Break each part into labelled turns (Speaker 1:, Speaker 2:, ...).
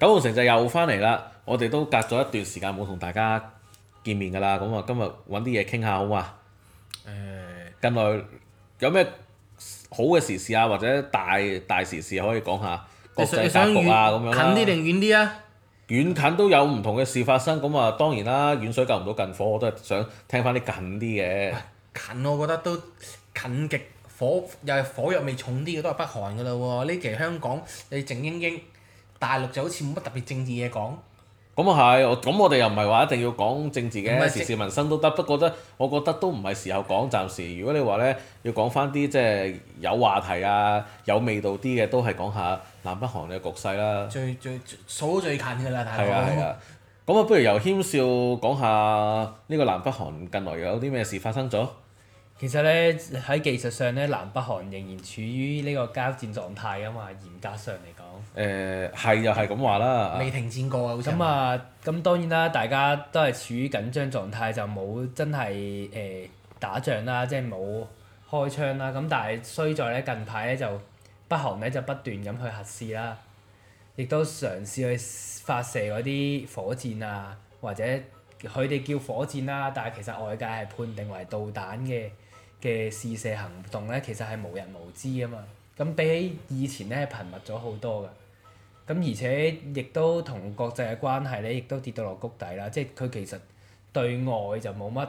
Speaker 1: 九號城就又翻嚟啦，我哋都隔咗一段時間冇同大家見面㗎啦，咁啊今日揾啲嘢傾下好嘛？
Speaker 2: 誒
Speaker 1: 近來有咩好嘅時事啊，或者大大時事可以講下國
Speaker 2: 你想你
Speaker 1: 際
Speaker 2: 想
Speaker 1: 格局啊咁
Speaker 2: 遠
Speaker 1: 樣
Speaker 2: 近
Speaker 1: 啦。
Speaker 2: 啲定遠啲啊？
Speaker 1: 遠近都有唔同嘅事發生，咁啊當然啦，遠水救唔到近火，我都係想聽翻啲近啲嘅。
Speaker 2: 近我覺得都近極火，又係火藥味重啲嘅都係北韓㗎啦喎。呢期香港你靜英英，大陸就好似冇乜特別政治嘢講。
Speaker 1: 咁啊係，我咁我哋又唔係話一定要講政治
Speaker 2: 唔
Speaker 1: 嘅，
Speaker 2: 係
Speaker 1: 時
Speaker 2: 政
Speaker 1: 事民生都得。不過咧，我覺得都唔係時候講，暫時。如果你話咧要講翻啲即係有話題啊、有味道啲嘅，都係講下南北韓嘅局勢啦。
Speaker 2: 最最最數到最近㗎啦，大佬。
Speaker 1: 係啊係啊。咁啊，不如由謙少講下呢個南北韓近來有啲咩事發生咗？
Speaker 3: 其實咧喺技術上咧，南北韓仍然處於呢個交戰狀態㗎嘛，嚴格上嚟講。
Speaker 1: 誒係又係咁話啦。
Speaker 2: 未停戰過啊，好似。
Speaker 3: 咁啊，咁當然啦，大家都係處於緊張狀態，就冇真係誒、呃打仗啦，即係冇開槍啦。咁但係衰在咧，近排咧就北韓咧就不斷咁去核試啦，亦都嘗試去發射嗰啲火箭啊，或者佢哋叫火箭啦，但係其實外界係判定為導彈嘅嘅試射行動咧，其實係無人無知啊嘛。咁比起以前咧，係頻密咗好多㗎。咁而且亦都同國際嘅關係咧，亦都跌到落谷底啦。即係佢其實對外就冇乜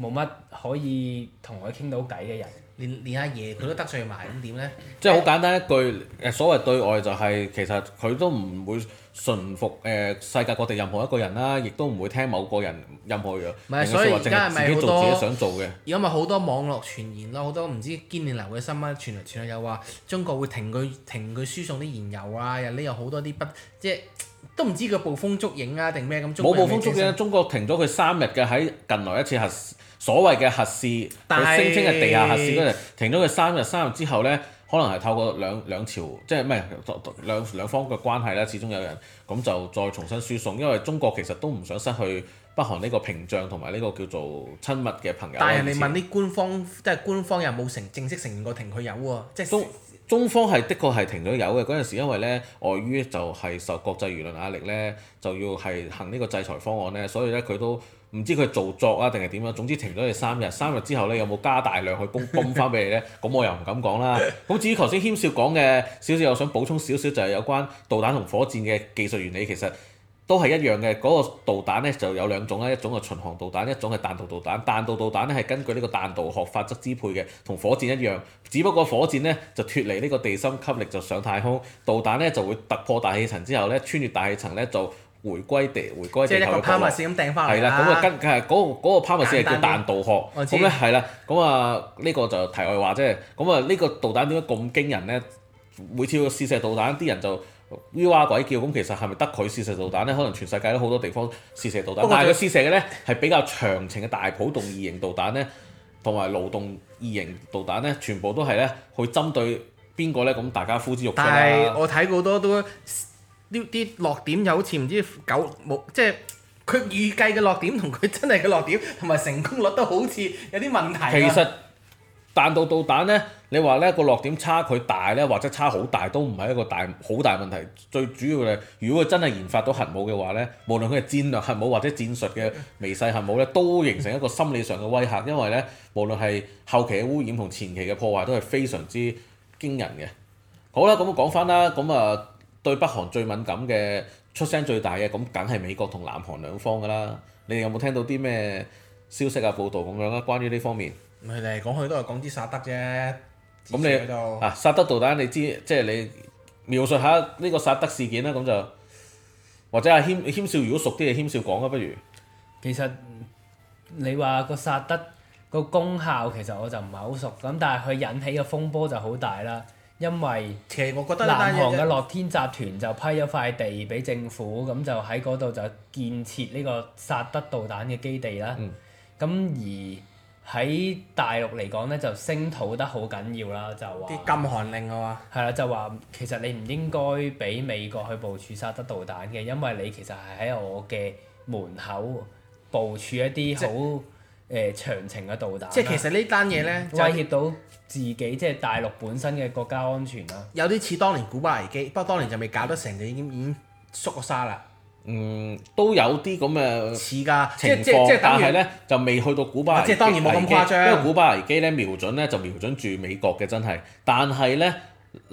Speaker 3: 冇乜可以同佢傾到偈嘅人。
Speaker 2: 連連阿爺佢都得罪埋，咁點咧？
Speaker 1: 即係好簡單一句，誒所謂對外就係、其實佢都唔會順服誒、世界各地任何一個人啦，亦都唔會聽某個人任何樣
Speaker 2: 唔係
Speaker 1: 人嘅
Speaker 2: 所以
Speaker 1: 説話，淨
Speaker 2: 而家
Speaker 1: 係
Speaker 2: 係咪
Speaker 1: 自己做
Speaker 2: 好
Speaker 1: 自
Speaker 2: 多
Speaker 1: 己想做嘅。
Speaker 2: 而家咪好多網絡傳言咯，好多唔知堅定流嘅新聞傳嚟傳去，又話中國會停佢停佢輸送啲燃油啊，又呢又好多啲不即係都唔知佢捕風捉影啊定咩咁。中
Speaker 1: 冇暴
Speaker 2: 國人
Speaker 1: 風
Speaker 2: 未
Speaker 1: 捉
Speaker 2: 正
Speaker 1: 影，
Speaker 2: 式，
Speaker 1: 中國停咗佢三日嘅喺近來一次核所謂嘅核試，
Speaker 2: 但
Speaker 1: 佢
Speaker 2: 係
Speaker 1: 聲稱係地下核試嗰陣，停咗佢三日，三日之後咧，可能係透過兩兩朝，即係唔係兩兩方嘅關係啦，始終有人咁就再重新輸送，因為中國其實都唔想失去北韓呢個屏障同埋呢個叫做親密嘅朋友啦。
Speaker 2: 但係人
Speaker 1: 以
Speaker 2: 哋
Speaker 1: 前
Speaker 2: 問啲官方，即係官方又冇承正式承認過停佢油喎，即係
Speaker 1: 中中方係的確係停咗油嘅嗰陣時，因為咧礙於就係受國際輿論壓力咧，就要係行呢個制裁方案咧，所以咧佢都唔知佢做作啊定係點樣，總之停咗你三 日，三日之後咧有冇加大量去供泵 翻俾你咧？咁我又唔敢講啦。咁至於頭先謙少講嘅少少，我想補充少少就係有關導彈同火箭嘅技術原理，其實。都係一樣嘅，嗰、個導彈咧就有兩種啦，一種係巡航導彈，一種係彈道導彈。彈道導彈咧係根據呢個彈道學法則支配嘅，同火箭一樣，只不過火箭咧就脱離呢個地心吸力就上太空，導彈咧就會突破大氣層之後咧穿越大氣層咧就回歸地回歸
Speaker 2: 即
Speaker 1: 地
Speaker 2: 係一
Speaker 1: 球
Speaker 2: 個
Speaker 1: 嘅角
Speaker 2: 拋
Speaker 1: 落
Speaker 2: 物。線咁掟翻
Speaker 1: 係
Speaker 2: 嚟啦。
Speaker 1: 啦，咁啊跟係嗰個嗰個拋物線係叫
Speaker 2: 簡
Speaker 1: 彈
Speaker 2: 單
Speaker 1: 道
Speaker 2: 我
Speaker 1: 學，
Speaker 2: 知
Speaker 1: 咁咧係啦，咁啊呢個就題外話啫。咁啊呢個導彈點解咁驚人咧？每次試射導彈，啲人就 V 哇鬼叫，咁其實係咪得佢試射導彈咧？可能全世界都好多地方試射導彈
Speaker 2: 不，過
Speaker 1: 但係佢
Speaker 2: 最
Speaker 1: 試射嘅咧係比較長程嘅大浦洞二型導彈咧，同埋勞動二型導彈咧，全部都係咧去針對邊個咧？咁大家呼之欲出
Speaker 2: 但係
Speaker 1: 啦。
Speaker 2: 我睇過好多都呢啲落點就好似唔知九冇，即係佢預計嘅落點同佢真係嘅落點同埋成功率都好似有啲問題啊。
Speaker 1: 其實彈道導彈咧，你話咧個落點差距大咧，或者差好大都唔係一個大好大問題。最主要嘅，如果佢真係研發到核武嘅話咧，無論佢係戰略核武或者戰術嘅微細核武咧，都形成一個心理上嘅威嚇，因為咧無論係後期嘅污染同前期嘅破壞都係非常之驚人嘅。好啦，咁講翻啦，咁啊對北韓最敏感嘅出聲最大嘅，咁梗係美國同南韓兩方噶啦。你哋有冇聽到啲咩消息啊、報道咁樣啦？關於呢方面？
Speaker 2: 佢哋講去都係講支薩德啫。
Speaker 1: 咁
Speaker 2: 支持
Speaker 1: 你
Speaker 2: 佢度
Speaker 1: 啊，薩德導彈，你知即係你描述下呢個薩德事件啦，咁就或者阿謙謙少，如果熟啲嘅謙少講啊，不如
Speaker 3: 其實你話個薩德個功效其實我就唔係好熟，咁但係佢引起嘅風波就好大啦，因為
Speaker 2: 其實我覺得呢
Speaker 3: 南
Speaker 2: 單
Speaker 3: 韓嘅
Speaker 2: 嘢
Speaker 3: 樂天集團就批咗塊地俾政府，咁就喺嗰度就建設呢個薩德導彈嘅基地啦。
Speaker 2: 嗯
Speaker 3: 咁、而喺大陸嚟講咧，就聲討得好緊要啦，就
Speaker 2: 啲
Speaker 3: 話
Speaker 2: 禁韓令啊嘛，
Speaker 3: 係啦，就話其實你唔應該俾美國去部署薩德導彈嘅，因為你其實係喺我嘅門口部署一啲好誒長程嘅導彈啦，
Speaker 2: 即係其實呢單嘢咧就
Speaker 3: 威脅到自己即係大陸本身嘅國家安全啦。
Speaker 2: 有啲似當年古巴危機，不過當年就未搞得成就已經已經縮個沙啦，
Speaker 1: 嗯，都有啲咁嘅
Speaker 2: 似㗎，即
Speaker 1: 情
Speaker 2: 係即係即
Speaker 1: 況，
Speaker 2: 係
Speaker 1: 但
Speaker 2: 等
Speaker 1: 係
Speaker 2: 於
Speaker 1: 咧就未去到古巴
Speaker 2: 啊
Speaker 1: 危
Speaker 2: 即
Speaker 1: 機，
Speaker 2: 係當然冇咁誇張
Speaker 1: 因為古巴危機咧瞄準咧就瞄準住美國嘅真係，但係咧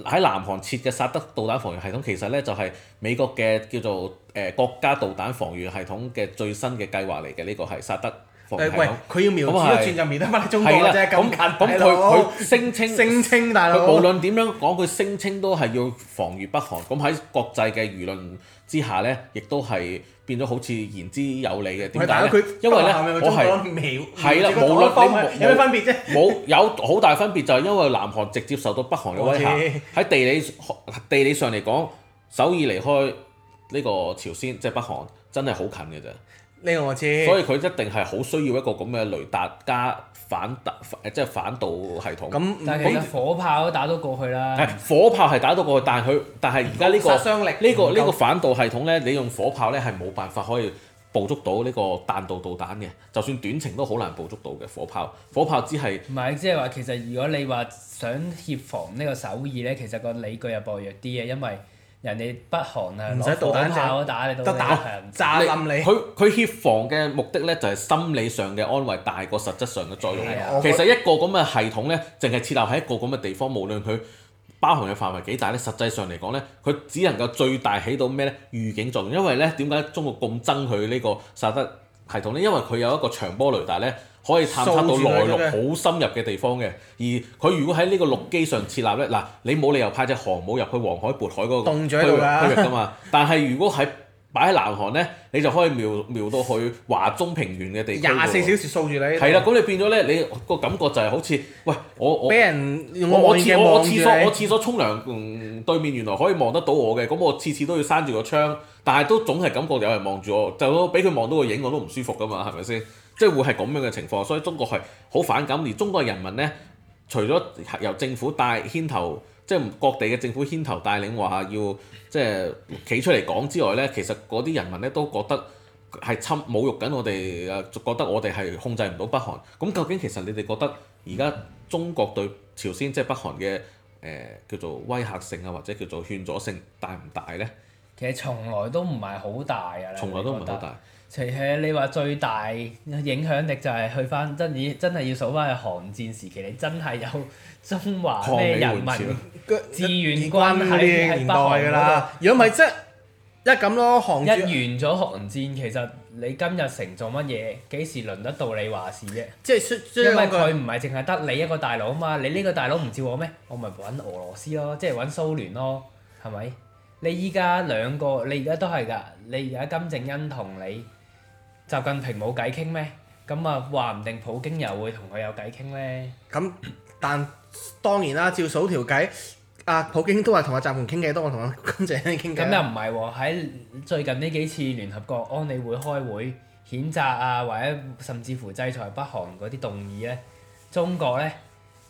Speaker 1: 喺南韓設嘅薩德導彈防禦系統其實咧就係美國嘅叫做誒、呃、國家導彈防禦系統嘅最新嘅計劃嚟嘅，呢、個係薩德防禦
Speaker 2: 誒
Speaker 1: 系
Speaker 2: 喂
Speaker 1: 統。，
Speaker 2: 佢要瞄
Speaker 1: 咁
Speaker 2: 住一
Speaker 1: 係
Speaker 2: 轉就瞄得翻你中國
Speaker 1: 係
Speaker 2: 嘅
Speaker 1: 啦，
Speaker 2: 啫，咁近
Speaker 1: 咁佢
Speaker 2: 大佬
Speaker 1: 佢聲稱
Speaker 2: 聲稱大佬
Speaker 1: 佢，無論點樣講，佢聲稱都係要防禦北韓。咁喺國際嘅輿論之下咧，亦都係變咗好似言之有理嘅。
Speaker 2: 喂
Speaker 1: 點
Speaker 2: 大佬
Speaker 1: 解
Speaker 2: 佢
Speaker 1: 咧？因為咧，我
Speaker 2: 中
Speaker 1: 係
Speaker 2: 國秒
Speaker 1: 係啦
Speaker 2: 秒住個
Speaker 1: 無論
Speaker 2: 黨方
Speaker 1: 你冇
Speaker 2: 有咩分別啫？
Speaker 1: 冇有好大分別，就係因為南韓直接受到北韓嘅威嚇。喺地理地理上嚟講，首爾離開呢個朝鮮，即係北韓，真係好近嘅啫。
Speaker 2: 呢個我知，
Speaker 1: 所以佢一定係好需要一個咁嘅雷達加反彈，誒即係反導系統。
Speaker 2: 咁
Speaker 3: 但係其實火炮都打到過去啦。
Speaker 1: 係火炮係打到過去，但係佢但係而家呢個
Speaker 2: 殺傷力
Speaker 1: 呢、個
Speaker 2: 唔夠
Speaker 1: 呢、個反導系統咧，你用火炮咧係冇辦法可以捕捉到呢個彈道導彈嘅，就算短程都好難捕捉到嘅火炮。火炮只係
Speaker 3: 唔係，即係話其實如果你話想協防呢個首爾咧，其實個理據係薄弱啲嘅，因為人哋北韓啊，
Speaker 2: 唔使
Speaker 3: 攞
Speaker 2: 導彈
Speaker 3: 火炮打你都
Speaker 2: 得打
Speaker 3: 係
Speaker 2: 炸冧你。
Speaker 1: 佢佢協防嘅目的咧就係、心理上嘅安慰大過實質上嘅作用
Speaker 3: 係啊。
Speaker 2: 我
Speaker 1: 其
Speaker 2: 覺
Speaker 1: 實一個咁嘅系統咧，淨係設立喺一個咁嘅地方，無論佢。包含嘅範圍幾大咧？實際上嚟講咧，佢只能夠最大起到咩咧？預警作用，因為咧點解中國咁憎佢呢個薩德系統咧？因為佢有一個長波雷達咧，可以探測到
Speaker 2: 掃住佢
Speaker 1: 內陸
Speaker 2: 嘅
Speaker 1: 好深入嘅地方嘅。而佢如果喺呢個陸基上設立咧，嗱，你冇理由派隻航母入去黃海、渤海嗰個
Speaker 2: 凍
Speaker 1: 區
Speaker 2: 咗喺度㗎
Speaker 1: 域區域㗎嘛。但係如果喺擺喺南韓咧，你就可以瞄瞄到去華中平原嘅地區㗎喎。
Speaker 2: 廿四小時掃住你，
Speaker 1: 係啦，，咁你變咗咧，你個感覺就係好似喂我我
Speaker 2: 俾人用
Speaker 1: 我
Speaker 2: 望
Speaker 1: 我廁
Speaker 2: 遠鏡
Speaker 1: 我我
Speaker 2: 望住
Speaker 1: 廁所我
Speaker 2: 你，
Speaker 1: 廁所沖涼，嗯，對面原來可以望得到我嘅，咁我次次都要閂住個窗，但係都總係感覺有人望住我，就俾佢望到個影我都唔舒服噶嘛，係咪先？即係會係咁樣嘅情況，所以中國係好反感，而中國人民呢，除咗由政府帶牽頭，即係嗯各地嘅政府牽頭帶領話要即係企出嚟講之外呢，其實嗰啲人民呢都覺得。係侵侮辱緊我哋誒，覺得我哋係控制唔到北韓。咁究竟其實你哋覺得啊而家中國對朝鮮即係北韓嘅誒、呃叫做威嚇性啊，或者叫做勸阻性大唔大呢？
Speaker 3: 其實從來都唔係好大㗎啦。
Speaker 1: 從來都唔
Speaker 3: 你
Speaker 1: 係
Speaker 3: 覺
Speaker 1: 好
Speaker 3: 得。
Speaker 1: 大。
Speaker 3: 除且你話最大影響力就係去翻真以真係要數翻去韓戰時期，你真係有 中華
Speaker 1: 抗美
Speaker 3: 咩
Speaker 1: 援
Speaker 3: 人民
Speaker 1: 朝
Speaker 2: 關嗰啲年代
Speaker 3: 志願軍喺喺北韓
Speaker 2: 㗎
Speaker 3: 嗰度
Speaker 2: 啦。如果唔係即係一咁咯，韓
Speaker 3: 一
Speaker 2: 戰
Speaker 3: 完咗韓戰，其實你今日成做乜嘢，幾時輪得到你話事啫？
Speaker 2: 即係
Speaker 3: 因
Speaker 2: 即
Speaker 3: 為
Speaker 2: 係
Speaker 3: 佢唔係淨係得你一個大佬啊嘛，你呢個大佬唔照我咩？我咪揾俄羅斯咯，即係揾蘇聯咯，係咪？你依家兩個，你而家都係㗎，你而家金正恩同你習近平冇偈傾咩？咁啊，話唔定普京又會同佢有偈傾咧。
Speaker 2: 咁，但當然啦，照數條計，阿普京都話同阿習近平傾偈多過同阿 金正恩傾
Speaker 3: 咁
Speaker 2: 偈
Speaker 3: 又
Speaker 2: 啦。
Speaker 3: 唔係喎，喺最近呢幾次聯合國安理會開會譴責啊，或者甚至乎制裁北韓嗰啲動議咧，中國咧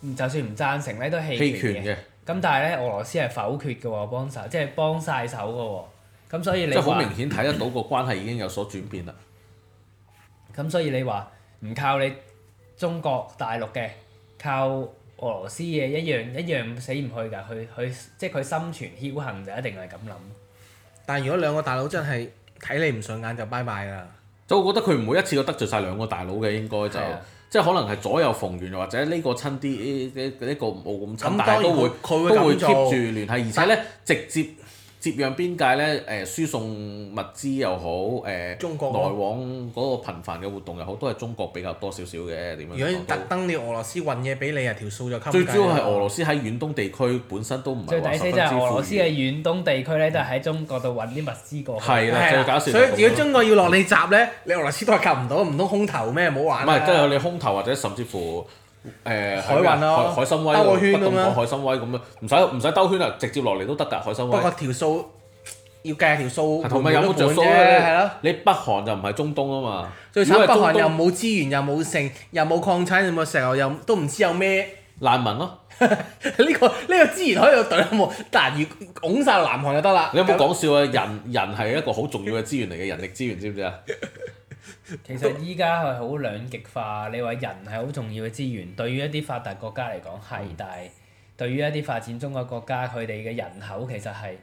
Speaker 3: 就算唔贊成咧都
Speaker 1: 棄
Speaker 3: 棄
Speaker 1: 權
Speaker 3: 權
Speaker 1: 嘅，
Speaker 3: 嘅。咁但係咧，俄羅斯係否決嘅喎，幫手即係幫晒手嘅喎。咁所以
Speaker 1: 即
Speaker 3: 你
Speaker 1: 係好
Speaker 3: 話
Speaker 1: 明顯睇得到個關係已經有所轉變啦。
Speaker 3: 咁，所以你話唔靠你中國大陸嘅，靠俄羅斯嘅一樣一樣死唔去㗎。佢佢即係佢心存僥倖就一定係咁諗。
Speaker 2: 但係如果兩個大佬真係睇你唔順眼就拜拜啦。
Speaker 1: 就我覺得佢唔會一次過得罪晒兩個大佬嘅，應該就
Speaker 3: 係啊
Speaker 1: 即係可能係左右逢源，或者呢個親啲，呢呢呢個冇咁親
Speaker 2: 咁，
Speaker 1: 但係
Speaker 2: 當然
Speaker 1: 都會
Speaker 2: 佢佢會
Speaker 1: 都會
Speaker 2: 咁
Speaker 1: keep
Speaker 2: 做
Speaker 1: 住。聯繫，而且咧直接接壤邊界咧，誒、輸送物資又好，誒、
Speaker 2: 中國
Speaker 1: 來
Speaker 2: 咯
Speaker 1: 往嗰個頻繁嘅活動又好，都係中國比較多少少嘅點樣
Speaker 2: 如果
Speaker 1: 講
Speaker 2: 特
Speaker 1: 都。
Speaker 2: 登你俄羅斯運嘢俾你啊，條數就襟計啦。
Speaker 1: 最主要係俄羅斯喺遠東地區本身都唔
Speaker 3: 最
Speaker 1: 係話
Speaker 3: 抵
Speaker 1: 十
Speaker 3: 死
Speaker 1: 分
Speaker 3: 就
Speaker 1: 之
Speaker 3: 係俄羅斯
Speaker 1: 富
Speaker 3: 嘅
Speaker 1: 裕。
Speaker 3: 遠東地區咧，都係喺中國度揾啲物資過去。
Speaker 1: 係啦，
Speaker 2: 係
Speaker 1: 最
Speaker 2: 啦
Speaker 1: 搞笑就
Speaker 2: 所
Speaker 1: 係咁樣。
Speaker 2: 以如果中國要落你閘咧，你俄羅斯都係及唔到，唔通空投咩？唔好
Speaker 1: 唔
Speaker 2: 玩
Speaker 1: 係，
Speaker 3: 啊
Speaker 2: 啦。
Speaker 1: 即係你空投或者甚至乎誒
Speaker 2: 海運咯
Speaker 1: 海海參崴
Speaker 2: 兜個圈
Speaker 1: 不動
Speaker 2: 咁樣
Speaker 1: 港海參崴咁樣，唔使唔使兜圈啦，啊直接落嚟都得㗎海參
Speaker 2: 不
Speaker 1: 崴
Speaker 2: 過。條數要計下條數，
Speaker 1: 同埋有冇着數
Speaker 2: 啫？
Speaker 1: 咧？
Speaker 2: 係咯。
Speaker 1: 你北韓就唔係中東啊嘛，
Speaker 2: 最
Speaker 1: 如
Speaker 2: 慘
Speaker 1: 果係
Speaker 2: 北
Speaker 1: 中
Speaker 2: 韓
Speaker 1: 東
Speaker 2: 又冇資源，又冇剩，又冇礦產，又冇石油，又都唔知有咩。
Speaker 1: 難民咯。
Speaker 2: 呢、個呢、個資源可以有隊冇，但如拱晒南韓就得啦。
Speaker 1: 你有冇講笑啊？人人係一個好重要嘅資源嚟嘅，人力資源知唔知啊？
Speaker 3: 其實依家係好兩極化，你話人係好重要嘅資源，對於一啲發達國
Speaker 2: 嗯
Speaker 3: 家嚟講係，但係對於一啲發展中嘅國家，佢哋嘅人口其實係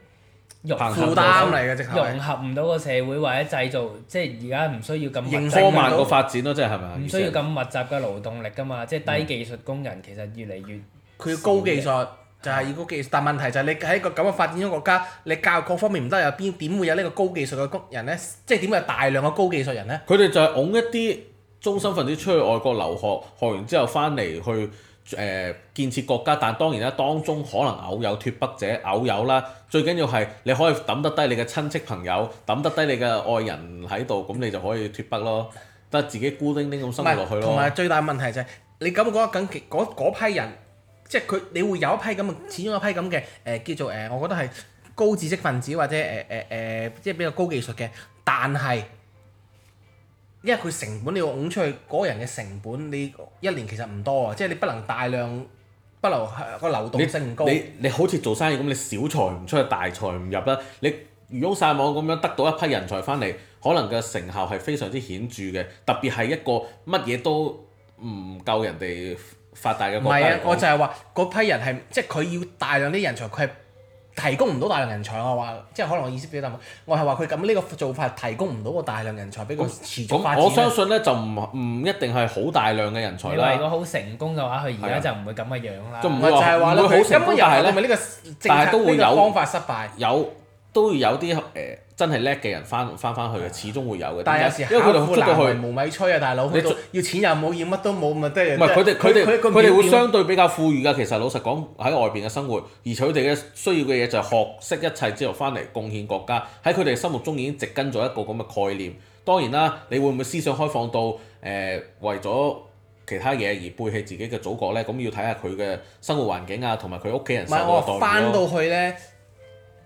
Speaker 3: 融
Speaker 1: 行
Speaker 2: 負擔嚟嘅直頭係
Speaker 3: 融合唔到個社會或者製造，即係而家唔需要咁密集
Speaker 1: 認
Speaker 3: 嘅
Speaker 1: 科慢個
Speaker 3: 勞
Speaker 1: 發展咯，即係係咪
Speaker 2: 嗯
Speaker 1: 啊？
Speaker 3: 唔需要咁密集嘅勞動力㗎嘛，即係低技術工人其實越嚟越
Speaker 2: 佢要高技術，就係要高技術。但問題就係你喺一個咁嘅發展中國家，你教育各方面唔得，又邊點會有呢個高技術嘅工人呢？即係點會有大量嘅高技術人呢？
Speaker 1: 佢哋就係拱一啲中心分子出去外國留學，學完之後翻嚟去誒、呃建設國家，但當然啦，當中可能偶有脱北者，偶有啦。最緊要係你可以抌得低你嘅親戚朋友，抌得低你嘅愛人喺度，咁你就可以脱北咯，得自己孤零零咁
Speaker 2: 唔
Speaker 1: 生活落去
Speaker 2: 係，同埋
Speaker 1: 咯。
Speaker 2: 最大問題就係、你咁講緊其嗰嗰批人，即係佢你會有一批咁嘅，始終有一批咁嘅誒叫做誒、呃我覺得係高知識分子或者誒誒誒，即係比較高技術嘅，但係。因為佢成本你要拱出去，嗰、個人嘅成本你一年其實唔多啊，即係你不能大量不流個流
Speaker 1: 你
Speaker 2: 動性唔高。
Speaker 1: 你你好似做生意咁，你小財唔出去，大財唔入啦。你漁翁撒網咁樣得到一批人才翻嚟，可能嘅成效係非常之顯著嘅，特別係一個乜嘢都唔夠人哋發達嘅
Speaker 2: 唔
Speaker 1: 國家
Speaker 2: 係啊
Speaker 1: 嚟，講
Speaker 2: 我就係話嗰批人係即係佢要大量啲人才，佢係提供唔到大量人才。我話即係可能我意思表達唔好，啊我係話佢咁呢個做法提供唔到個大量人才俾佢持續
Speaker 1: 咁
Speaker 2: 發展。啊
Speaker 1: 我相信咧就唔唔一定係好大量嘅人才
Speaker 3: 你話如
Speaker 1: 啦，
Speaker 3: 果好成功嘅話，佢
Speaker 2: 啊
Speaker 3: 而家就唔會咁嘅樣啦。
Speaker 1: 就
Speaker 2: 唔
Speaker 1: 唔
Speaker 2: 係
Speaker 1: 會
Speaker 2: 就
Speaker 1: 話
Speaker 2: 係話
Speaker 1: 唔
Speaker 2: 咧，
Speaker 1: 會好
Speaker 2: 佢根
Speaker 1: 成
Speaker 2: 本
Speaker 1: 功，
Speaker 2: 又
Speaker 1: 但係
Speaker 2: 係
Speaker 1: 咧
Speaker 2: 咪呢個政策
Speaker 1: 但係都會有
Speaker 2: 呢個方法失敗？
Speaker 1: 有都會有啲誒、呃真係叻嘅人翻翻翻去嘅，始終會有嘅。
Speaker 2: 但係有
Speaker 1: 點解
Speaker 2: 時
Speaker 1: 因為佢
Speaker 2: 巧
Speaker 1: 哋
Speaker 2: 婦
Speaker 1: 出到
Speaker 2: 難為
Speaker 1: 去，
Speaker 2: 無米炊啊，大佬，
Speaker 1: 你
Speaker 2: 去到
Speaker 1: 做
Speaker 2: 要錢又冇，要乜都冇，咪即係
Speaker 1: 唔係佢哋佢哋佢哋會相對比較富裕㗎。其實老實講喺外邊嘅生活，而且佢哋嘅需要嘅嘢就係學識一切之後翻嚟貢獻國家。喺佢哋心目中已經植根咗一個咁嘅概念。當然啦，你會唔會思想開放到誒、呃、為咗其他嘢而背棄自己嘅祖國呢？咁要睇下佢嘅生活環境啊，同埋佢屋企人
Speaker 2: 唔
Speaker 1: 受
Speaker 2: 係
Speaker 1: 到
Speaker 2: 我
Speaker 1: 嘅待遇
Speaker 2: 翻
Speaker 1: 咯。
Speaker 2: 到去咧，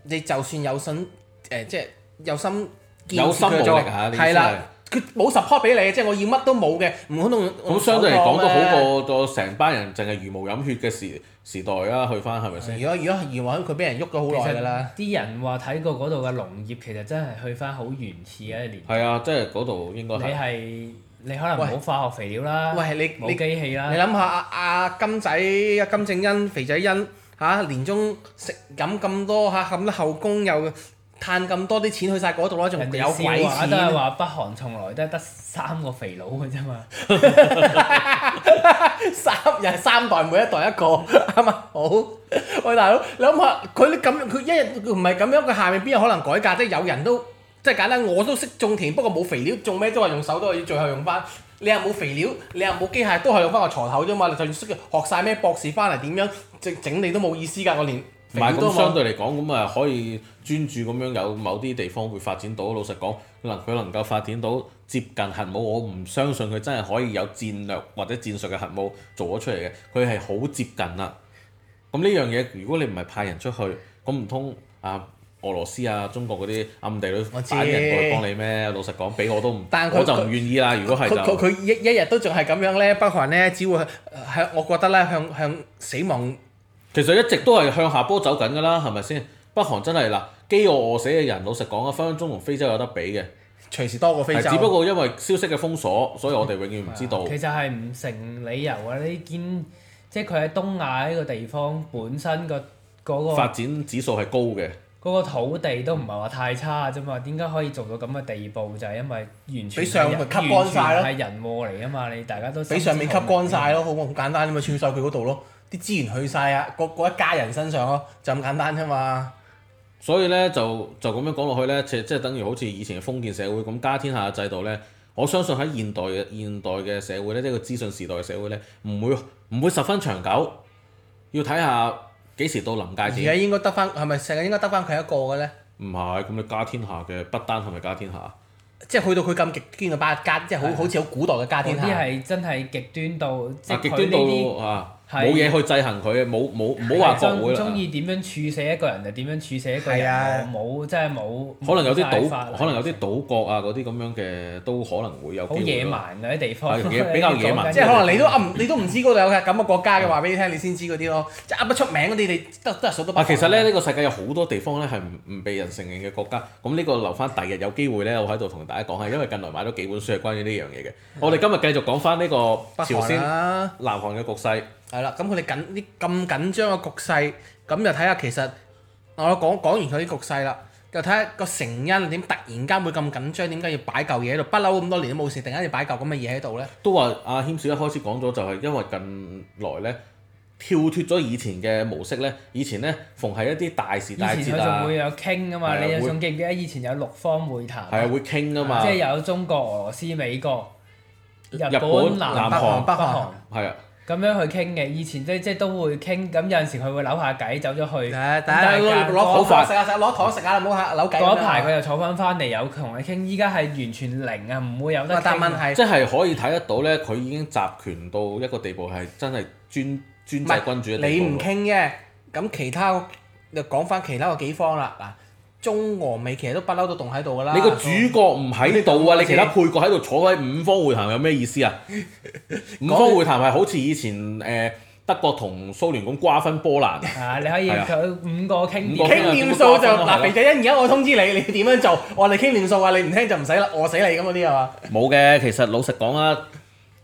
Speaker 2: 你就算有心誒，即係有心建
Speaker 1: 有心
Speaker 2: 設
Speaker 1: 無
Speaker 2: 佢
Speaker 1: 力啊嚇，
Speaker 2: 做
Speaker 1: 呢啲
Speaker 2: 係
Speaker 1: 真係
Speaker 2: 啦。佢冇 support 俾你，即係我要乜都冇嘅，唔可能用
Speaker 1: 咁相對嚟講都
Speaker 2: 手當咩。
Speaker 1: 好過個成班人淨係茹毛飲血嘅時時代啊，去翻係咪先？
Speaker 2: 如果如果原話佢俾人喐咗
Speaker 3: 其
Speaker 2: 好耐
Speaker 3: 實
Speaker 2: 㗎啦，
Speaker 3: 啲人話睇過嗰度嘅農業，其實真係去翻好原始嘅一年。
Speaker 1: 係啊，即係嗰度應該
Speaker 3: 你
Speaker 1: 係
Speaker 3: 係你可能冇化學肥料啦，
Speaker 2: 喂你
Speaker 3: 冇
Speaker 2: 你
Speaker 3: 機器
Speaker 2: 你
Speaker 1: 啊
Speaker 3: 啦，
Speaker 2: 諗下阿阿金仔阿金正恩肥仔恩嚇、啊年中食飲咁多嚇，咁、多後宮又嘆咁多啲錢去晒嗰度啦，仲
Speaker 3: 人哋
Speaker 2: 有鬼啊
Speaker 3: 笑
Speaker 1: 啊
Speaker 3: 話都係
Speaker 2: 錢，
Speaker 3: 話北韓從來都係得三個肥佬嘅啫嘛。
Speaker 2: 三又係三代每一代一個， 啱嘛？好，喂大佬，你諗下佢啲咁佢一日唔係咁樣，佢下面邊有可能改革？即係有人都即係簡單，我都識種田，不過冇肥料，種咩都係用手，都係要最後用翻。你又冇肥料，你又冇機械，都係用翻個鋤頭啫嘛。你就識學晒咩博士翻嚟點樣整整理都冇意思㗎，我連
Speaker 1: 唔
Speaker 2: 肥料
Speaker 1: 係
Speaker 2: 都
Speaker 1: 咁相
Speaker 2: 冇。
Speaker 1: 對嚟講，咁啊可以專注咁樣有某啲地方會發展到。老實講，能佢能夠發展到接近核武，我唔相信佢真係可以有戰略或者戰術嘅核武做咗出嚟嘅。佢係好接近啦。咁呢樣嘢，如果你唔係派人出去，咁唔通啊俄羅斯啊中國嗰啲暗地裏
Speaker 2: 我知
Speaker 1: 擺啲人過嚟幫你咩？老實講，俾我都唔，
Speaker 2: 但佢
Speaker 1: 我就唔願意啦。如果係
Speaker 2: 佢佢
Speaker 1: 就
Speaker 2: 佢一一日都仲係咁樣咧，北韓咧只會向我覺得咧向向死亡
Speaker 1: 其實一直都係向下坡走緊㗎啦，係咪先？北韓真係嗱，飢餓餓死嘅人，老實講啊，分分鐘同非洲有得比嘅。
Speaker 2: 隨時多過非
Speaker 1: 係，
Speaker 2: 洲。
Speaker 1: 只不過因為消息嘅封鎖，所以我哋永遠唔知道。
Speaker 3: 其實係唔成理由啊！呢件即係佢喺東亞呢個地方本身個嗰個
Speaker 1: 發展指數係高嘅，
Speaker 3: 嗰個土地都唔係話太差啫嘛，點解可以做到咁嘅地步？就係因為完全
Speaker 2: 俾上
Speaker 3: 係人
Speaker 2: 咪吸乾晒咯
Speaker 3: 完全係人禍嚟啊嘛！你大家都
Speaker 2: 俾上面吸乾晒咯，好好簡單啫嘛，穿晒佢嗰度咯，啲資源去晒啊，嗰嗰一家人身上咯，就咁簡單啫嘛。
Speaker 1: 所以咧就就咁樣講落去咧，即即係等於好似以前嘅封建社會咁家天下嘅制度咧。我相信喺現代嘅現代嘅社會咧，即係個資訊時代嘅社會咧，唔會唔會十分長久，要睇下幾時到臨
Speaker 2: 而
Speaker 1: 界
Speaker 2: 家
Speaker 1: 點。
Speaker 2: 應該得翻，係咪世界應該得翻佢一個嘅咧？
Speaker 1: 唔係，咁你家天下嘅不單係咪家天下？
Speaker 2: 即係去到佢咁極端嘅巴家，即係好好似好古代嘅家啊
Speaker 3: 嗰
Speaker 2: 天
Speaker 3: 啲
Speaker 2: 下。
Speaker 3: 係真係極端到，即
Speaker 1: 啊，
Speaker 3: 係
Speaker 1: 極
Speaker 3: 佢
Speaker 1: 端
Speaker 3: 呢啲
Speaker 1: 到啊，
Speaker 3: 係
Speaker 1: 冇嘢去制衡佢，冇冇唔好話國會啦。
Speaker 3: 中意點樣處死一個人就點樣處死一個
Speaker 2: 係啊
Speaker 3: 人，冇真係冇。
Speaker 1: 可能有啲
Speaker 3: 冇
Speaker 1: 島
Speaker 3: 晒法，例
Speaker 1: 可能有啲島國啊，嗰啲咁樣嘅都可能會有機
Speaker 3: 好
Speaker 1: 會
Speaker 3: 野
Speaker 1: 咯。
Speaker 3: 蠻啊嗰啲地方，
Speaker 1: 係野比較野蠻
Speaker 2: 即係可能你都暗，你都唔知嗰度有嘅咁嘅國家嘅話俾你聽，你先知嗰啲咯。即係噏得出名嗰啲，你都都係數得。
Speaker 1: 啊，其實咧，呢、個世界有好多地方咧係唔唔被人承認嘅國家，咁呢個留翻第日有機會咧，我喺度同大家講下，因為近來買咗幾本書係關於呢樣嘢嘅。
Speaker 3: 嗯
Speaker 1: 我哋今日繼續講翻呢個
Speaker 2: 北
Speaker 1: 朝
Speaker 2: 韓
Speaker 1: 鮮、
Speaker 3: 啊
Speaker 2: 啦。
Speaker 1: 南韓嘅局勢，
Speaker 2: 係啦，咁佢哋緊啲咁緊張嘅局勢，咁就睇下其實我講講完佢啲局勢啦。又睇下個成因點突然間會咁緊張，點解要擺嚿嘢喺度？不嬲咁多年都冇事，突然間要擺嚿咁嘅嘢喺度咧？
Speaker 1: 都話阿謙少一開始講咗，就係因為近來咧跳脱咗以前嘅模式咧，以前咧逢係一啲大時
Speaker 3: 以
Speaker 1: 大
Speaker 3: 前
Speaker 1: 節
Speaker 3: 佢仲
Speaker 1: 啊，
Speaker 3: 會
Speaker 1: 係
Speaker 3: 有傾噶嘛，
Speaker 1: 係啊
Speaker 3: 你有
Speaker 1: 會
Speaker 3: 仲記唔記得以前有六方會談啊？
Speaker 1: 啊會傾噶嘛，
Speaker 3: 即係
Speaker 1: 係
Speaker 3: 有中國、俄羅斯、美國、日
Speaker 1: 日本
Speaker 3: 南
Speaker 1: 南韓
Speaker 3: 北
Speaker 2: 北
Speaker 3: 韓
Speaker 2: 韓
Speaker 1: 啊，
Speaker 3: 咁樣去傾嘅。以前即即都會傾，咁有陣時佢會扭下偈走咗去，
Speaker 2: 誒，大
Speaker 3: 大
Speaker 2: 家
Speaker 3: 家
Speaker 2: 攞
Speaker 3: 攞
Speaker 2: 攞
Speaker 1: 飯
Speaker 2: 糖食下食下，攞糖食下，唔好下扭計咁樣。
Speaker 3: 嗰一排佢又坐翻翻嚟有同你傾。依家係完全零啊，唔會有得
Speaker 2: 哇但
Speaker 3: 傾
Speaker 2: 問
Speaker 3: 啊。
Speaker 2: 題
Speaker 1: 即係可以睇得到咧，佢已經集權到一個地步，係真係專專
Speaker 2: 唔
Speaker 1: 制君主嘅
Speaker 2: 係
Speaker 1: 地
Speaker 2: 你唔
Speaker 1: 步喎。
Speaker 2: 傾啫，咁其他又講翻其他個幾方啦。嗱，中俄美其實都不嬲都凍喺度㗎啦。
Speaker 1: 你個主角唔喺度啊！
Speaker 2: 你
Speaker 1: 你其他配角喺度坐喺五方會談有咩意思 啊？五方會談係好似以前誒、呃德國同蘇聯咁瓜分波蘭，
Speaker 3: 啊！你可以
Speaker 1: 係啊
Speaker 3: 佢五個傾
Speaker 1: 五個
Speaker 3: 掂，
Speaker 2: 傾掂數就嗱，肥仔欣，而家我通知你，你點樣做？我哋傾掂數啊，你唔聽就唔使啦，餓死你咁嗰啲係嘛？
Speaker 1: 冇嘅。其實老實講啊，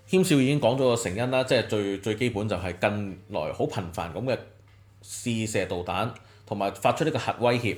Speaker 1: 謙少已經講咗個成因啦，即係最最基本就係近來好頻繁咁嘅試射導彈，同埋發出呢個核威脅，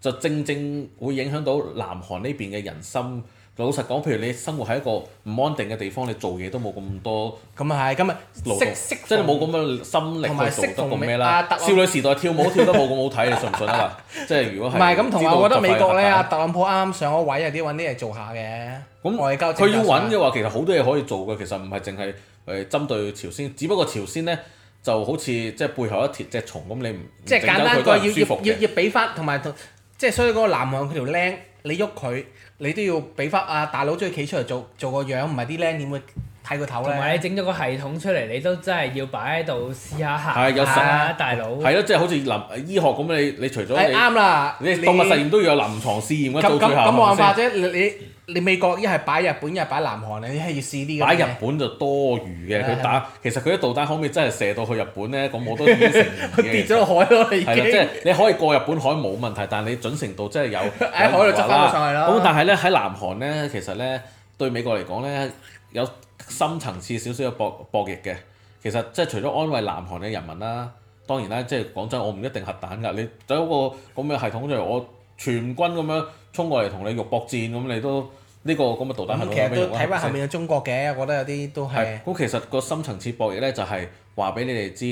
Speaker 1: 就正正會影響到南韓呢邊嘅人心。老實講，譬如你生活喺一個唔安定嘅地方，你做嘢都冇咁多。
Speaker 2: 咁啊係，咁啊
Speaker 1: 勞
Speaker 2: 識
Speaker 1: 動，
Speaker 2: 識
Speaker 1: 即係你冇咁嘅心力
Speaker 2: 同埋
Speaker 1: 去做
Speaker 2: 適
Speaker 1: 得
Speaker 2: 逢
Speaker 1: 咁咩
Speaker 2: 啊
Speaker 1: 啦
Speaker 2: 特。朗
Speaker 1: 少女時代跳舞跳得冇咁好睇，你信唔信 啊？即係如果係
Speaker 2: 唔係咁，同埋我覺得美國咧，
Speaker 1: 知道就快
Speaker 2: 阿特朗普啱啱上咗位，有啲揾啲嘢做下嘅。
Speaker 1: 咁
Speaker 2: 外交
Speaker 1: 佢
Speaker 2: 政策
Speaker 1: 要
Speaker 2: 上
Speaker 1: 揾嘅話，其實好多嘢可以做嘅。其實唔係淨係誒針對朝鮮，只不過朝鮮咧就好似即係背後一條隻蟲咁，你唔
Speaker 2: 即
Speaker 1: 整
Speaker 2: 係
Speaker 1: 得
Speaker 2: 簡單
Speaker 1: 佢
Speaker 2: 個
Speaker 1: 都
Speaker 2: 要
Speaker 1: 係唔舒
Speaker 2: 要
Speaker 1: 服
Speaker 2: 要
Speaker 1: 嘅。
Speaker 2: 要俾翻，同埋同即係所以嗰個南韓佢條僆，你喐佢，你都要俾翻啊大佬中意企出嚟做做個樣，唔係啲僆點會剃個頭
Speaker 3: 同埋
Speaker 2: 咧
Speaker 3: 你？整咗個系統出嚟，你都真係要擺喺度試下行
Speaker 1: 係有實
Speaker 3: 啊，大佬。
Speaker 1: 係咯，即係好似臨醫學咁，你你除咗
Speaker 2: 係
Speaker 1: 你
Speaker 2: 啱啦，
Speaker 1: 你動物實驗都要有臨床試驗嘅，到
Speaker 2: 咁咁
Speaker 1: 最後
Speaker 2: 咁
Speaker 1: 係
Speaker 2: 冇
Speaker 1: 咪
Speaker 2: 辦法
Speaker 1: 先？
Speaker 2: 啫，你你你美國一係擺日本，一係擺南韓，你係要試啲嘅。
Speaker 1: 擺日本就多餘嘅，
Speaker 2: 係
Speaker 1: 佢打其實佢啲導彈可唔可以真係射到去日本咧？咁 我都已經承認嘅
Speaker 2: 佢跌咗落海咯，已
Speaker 1: 係啦，即
Speaker 2: 經
Speaker 1: 係你可以過日本海冇問題，但係你準程度真係 有喺
Speaker 2: 海度執返到上去啦
Speaker 1: 咁但係咧喺南韓咧，其實咧對美國嚟講咧有深層次少少嘅博博弈嘅。其實即係除咗安慰南韓嘅人民啦，當然啦，即係講真，我唔一定核彈㗎。你走一個咁嘅系統出嚟，我全軍咁樣衝過嚟同你肉搏戰，咁你都呢個咁嘅導彈系
Speaker 2: 咁
Speaker 1: 統
Speaker 2: 其
Speaker 1: 有咩
Speaker 2: 實
Speaker 1: 用
Speaker 2: 都
Speaker 1: 啊
Speaker 2: 睇翻後
Speaker 1: 係咪先
Speaker 2: 面嘅中國嘅，我覺得有啲都係
Speaker 1: 係，咁其實個深層次博弈咧，就係話俾你哋知，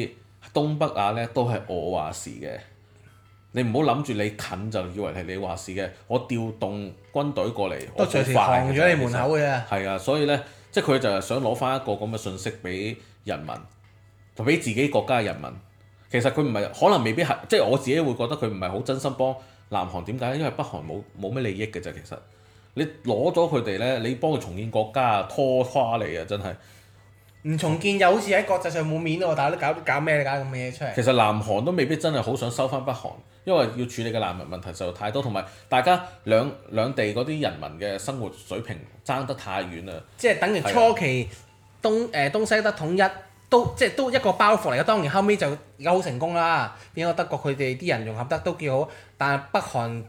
Speaker 1: 東北亞咧都係我話事嘅。你唔好諗住你近就以為係你話事嘅，我調動軍隊過嚟，我
Speaker 2: 都
Speaker 1: 好
Speaker 2: 隨時
Speaker 1: 快嘅
Speaker 2: 防咗你
Speaker 1: 其實
Speaker 2: 門口嘅啫。
Speaker 1: 係啊，所以咧，即係佢就係想攞翻一個咁嘅信息俾人民，同俾自己國家嘅人民。其實佢唔係，可能未必係，即係我自己會覺得佢唔係好真心幫南韓。點解？因為北韓冇冇咩利益嘅啫。其實你攞咗佢哋咧，你幫佢重建國家啊，拖垮你啊，真係。
Speaker 2: 唔重建又好似喺國際上冇面喎，但係都搞搞咩搞咁嘅嘢出嚟？
Speaker 1: 其實南韓都未必真係好想收翻北韓，因為要處理嘅難民問題就太多，同埋大家兩兩地嗰啲人民嘅生活水平爭得太遠啊啦。
Speaker 2: 即係等於初期東誒、呃、東西德統一都即係都一個包袱嚟嘅。當然後尾就而家好成功啦，變咗德國佢哋啲人融合得都幾好，但係北韓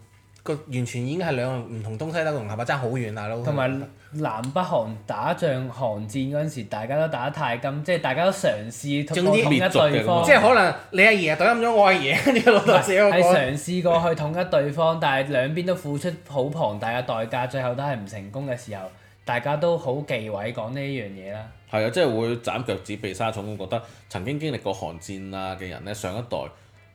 Speaker 2: 個完全已經係兩個唔同東西德嘅融合啊，爭好遠大佬。
Speaker 3: 同埋南北韓打仗韓戰嗰陣時，大家都打得太金，即係大家都嘗試
Speaker 2: 總之
Speaker 3: 統統一對方，
Speaker 2: 即
Speaker 1: 啊
Speaker 2: 係可能你阿爺懟冧咗我阿 爺，跟住老豆死咗
Speaker 3: 係
Speaker 2: 我。
Speaker 3: 嘗試過去統一對方，但係兩邊都付出好龐大嘅代價，最後都係唔成功嘅時候，大家都好忌諱講呢樣嘢啦。
Speaker 1: 係啊，即係會斬腳趾避沙蟲，覺得曾經經歷過韓戰啊嘅人咧，上一代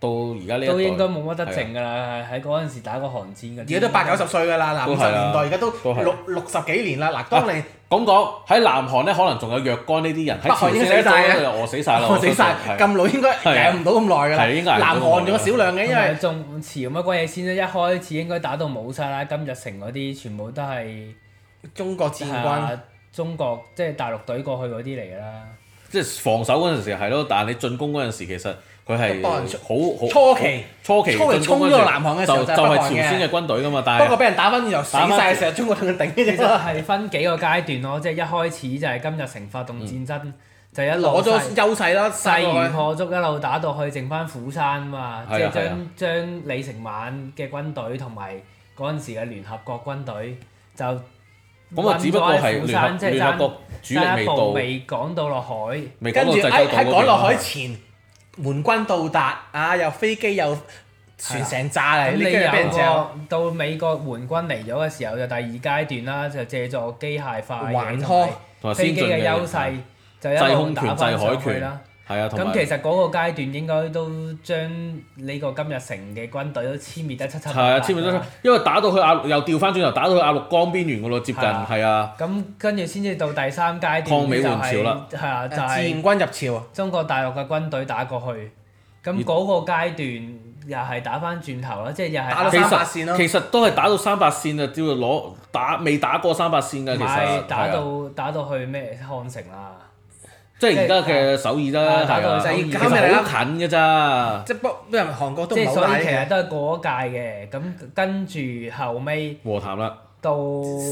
Speaker 1: 到而家呢一代
Speaker 3: 都應該冇乜得剩㗎啦，喺嗰陣時打過韓戰嗰啲。
Speaker 2: 而家都八九十歲㗎啦，嗱
Speaker 1: 都
Speaker 2: 五
Speaker 1: 係
Speaker 2: 十
Speaker 1: 啊
Speaker 2: 年代而家都
Speaker 1: 都係
Speaker 2: 六六十幾年啦，嗱當年
Speaker 1: 咁講喺南韓咧，可能仲有若干呢啲人喺
Speaker 2: 北
Speaker 1: 朝
Speaker 2: 韓
Speaker 1: 鮮
Speaker 2: 已經
Speaker 1: 咧，
Speaker 2: 死晒啊
Speaker 1: 早就餓死晒啦，
Speaker 2: 我死晒
Speaker 1: 相信係
Speaker 2: 咁老應該
Speaker 1: 係啊
Speaker 2: 捱唔到咁耐㗎啦。
Speaker 1: 係應該捱唔到咁耐
Speaker 2: 南韓仲有少量嘅，
Speaker 3: 因
Speaker 2: 因為
Speaker 3: 為仲遲乜鬼嘢先咧？一開始應該打到冇晒啦，金日成嗰啲全部都係
Speaker 2: 中國戰軍。
Speaker 3: 啊中國即係大陸隊過去嗰啲嚟㗎啦。
Speaker 1: 即係防守嗰陣時係咯，但係你進攻嗰陣時其實佢係
Speaker 2: 北韓
Speaker 1: 好好
Speaker 2: 初期
Speaker 1: 初期
Speaker 2: 初期
Speaker 1: 進攻
Speaker 2: 衝
Speaker 1: 嗰陣時
Speaker 2: 咗南韓嘅時候
Speaker 1: 就
Speaker 2: 就
Speaker 1: 就
Speaker 2: 係
Speaker 1: 係
Speaker 2: 北韓
Speaker 1: 朝
Speaker 2: 嘅
Speaker 1: 鮮嘅軍隊噶嘛，但
Speaker 2: 不
Speaker 1: 係
Speaker 2: 過。俾人打翻轉頭死晒嘅時候，中國同佢頂嘅
Speaker 3: 其 實
Speaker 2: 啫。
Speaker 3: 係分幾個階段咯，即係一開始就係金日成發動戰爭，
Speaker 1: 嗯
Speaker 3: 就一路
Speaker 2: 攞咗
Speaker 3: 勢
Speaker 2: 優勢啦，細
Speaker 3: 勢如
Speaker 2: 佢
Speaker 3: 破竹一路打到去剩翻釜山嘛，即
Speaker 1: 係啊
Speaker 3: 係
Speaker 1: 係啊
Speaker 3: 將將李承晚嘅軍隊同埋嗰陣時嘅聯合國軍隊就
Speaker 1: 咁啊，只不過係
Speaker 3: 困咗喺釜
Speaker 1: 聯
Speaker 3: 山即
Speaker 1: 合
Speaker 3: 係
Speaker 1: 聯合
Speaker 3: 爭
Speaker 1: 國主力
Speaker 3: 爭
Speaker 1: 未
Speaker 3: 一步
Speaker 1: 到，
Speaker 3: 未哎趕到落海。
Speaker 1: 未講
Speaker 2: 跟
Speaker 1: 到
Speaker 2: 住
Speaker 1: 濟
Speaker 2: 喺
Speaker 1: 州島
Speaker 2: 喺
Speaker 1: 嗰邊
Speaker 2: 趕落
Speaker 1: 啊
Speaker 2: 海前，援軍到達啊，又飛機又全成炸
Speaker 3: 咁
Speaker 2: 嚟，
Speaker 3: 你
Speaker 2: 你跟住俾人
Speaker 3: 有
Speaker 2: 嚼。
Speaker 3: 個到美國援軍嚟咗嘅時候，就第二階段啦，就借助機械化
Speaker 2: 還
Speaker 3: 嘢
Speaker 2: 拖
Speaker 3: 同
Speaker 1: 同
Speaker 3: 埋
Speaker 1: 埋
Speaker 3: 飛
Speaker 1: 先
Speaker 3: 機
Speaker 1: 進嘅
Speaker 3: 嘅優
Speaker 1: 嘢
Speaker 3: 勢，就一
Speaker 1: 制
Speaker 3: 路
Speaker 1: 空
Speaker 3: 打
Speaker 1: 權、制海
Speaker 3: 翻上去
Speaker 1: 權
Speaker 3: 啦。，
Speaker 1: 係啊，同
Speaker 3: 咁
Speaker 1: 埋
Speaker 3: 其實嗰個階段應該都將呢個金日成嘅軍隊都殲滅得七七八
Speaker 1: 係
Speaker 3: 八
Speaker 1: 啊，
Speaker 3: 啦。
Speaker 1: 千面都因為打到去亞又調翻轉頭，打到去亞綠江邊緣噶咯，接近
Speaker 3: 係啊
Speaker 1: 係啊，
Speaker 3: 咁跟住先至到第三階段，
Speaker 1: 抗美
Speaker 3: 就
Speaker 1: 援
Speaker 3: 係
Speaker 1: 朝啦
Speaker 3: 係啊，就
Speaker 2: 自
Speaker 3: 係、
Speaker 2: 然軍入朝啊！
Speaker 3: 中國大陸嘅軍隊打過去，咁
Speaker 1: 而
Speaker 3: 嗰個階段又係打翻轉頭啦，即係又係
Speaker 2: 打到
Speaker 1: 其
Speaker 2: 三八
Speaker 1: 實
Speaker 2: 線咯
Speaker 1: 其實都係打到三八線啊，只要攞打未打過三八線㗎，其實
Speaker 3: 買打
Speaker 1: 係啊
Speaker 3: 到打到去咩漢城啊啦，
Speaker 1: 即係而家嘅首爾啦，
Speaker 3: 啊打
Speaker 1: 係
Speaker 3: 到
Speaker 1: 啊
Speaker 3: 首爾
Speaker 1: 其
Speaker 2: 交尾
Speaker 1: 實
Speaker 2: 啦
Speaker 1: 好近嘅咋，
Speaker 2: 即係不不，韓國都
Speaker 3: 即
Speaker 2: 唔係
Speaker 3: 係
Speaker 2: 好
Speaker 3: 所
Speaker 2: 大
Speaker 3: 以其實
Speaker 2: 嘅。
Speaker 3: 都係過一屆嘅，咁跟住後尾
Speaker 1: 和談啦，
Speaker 3: 到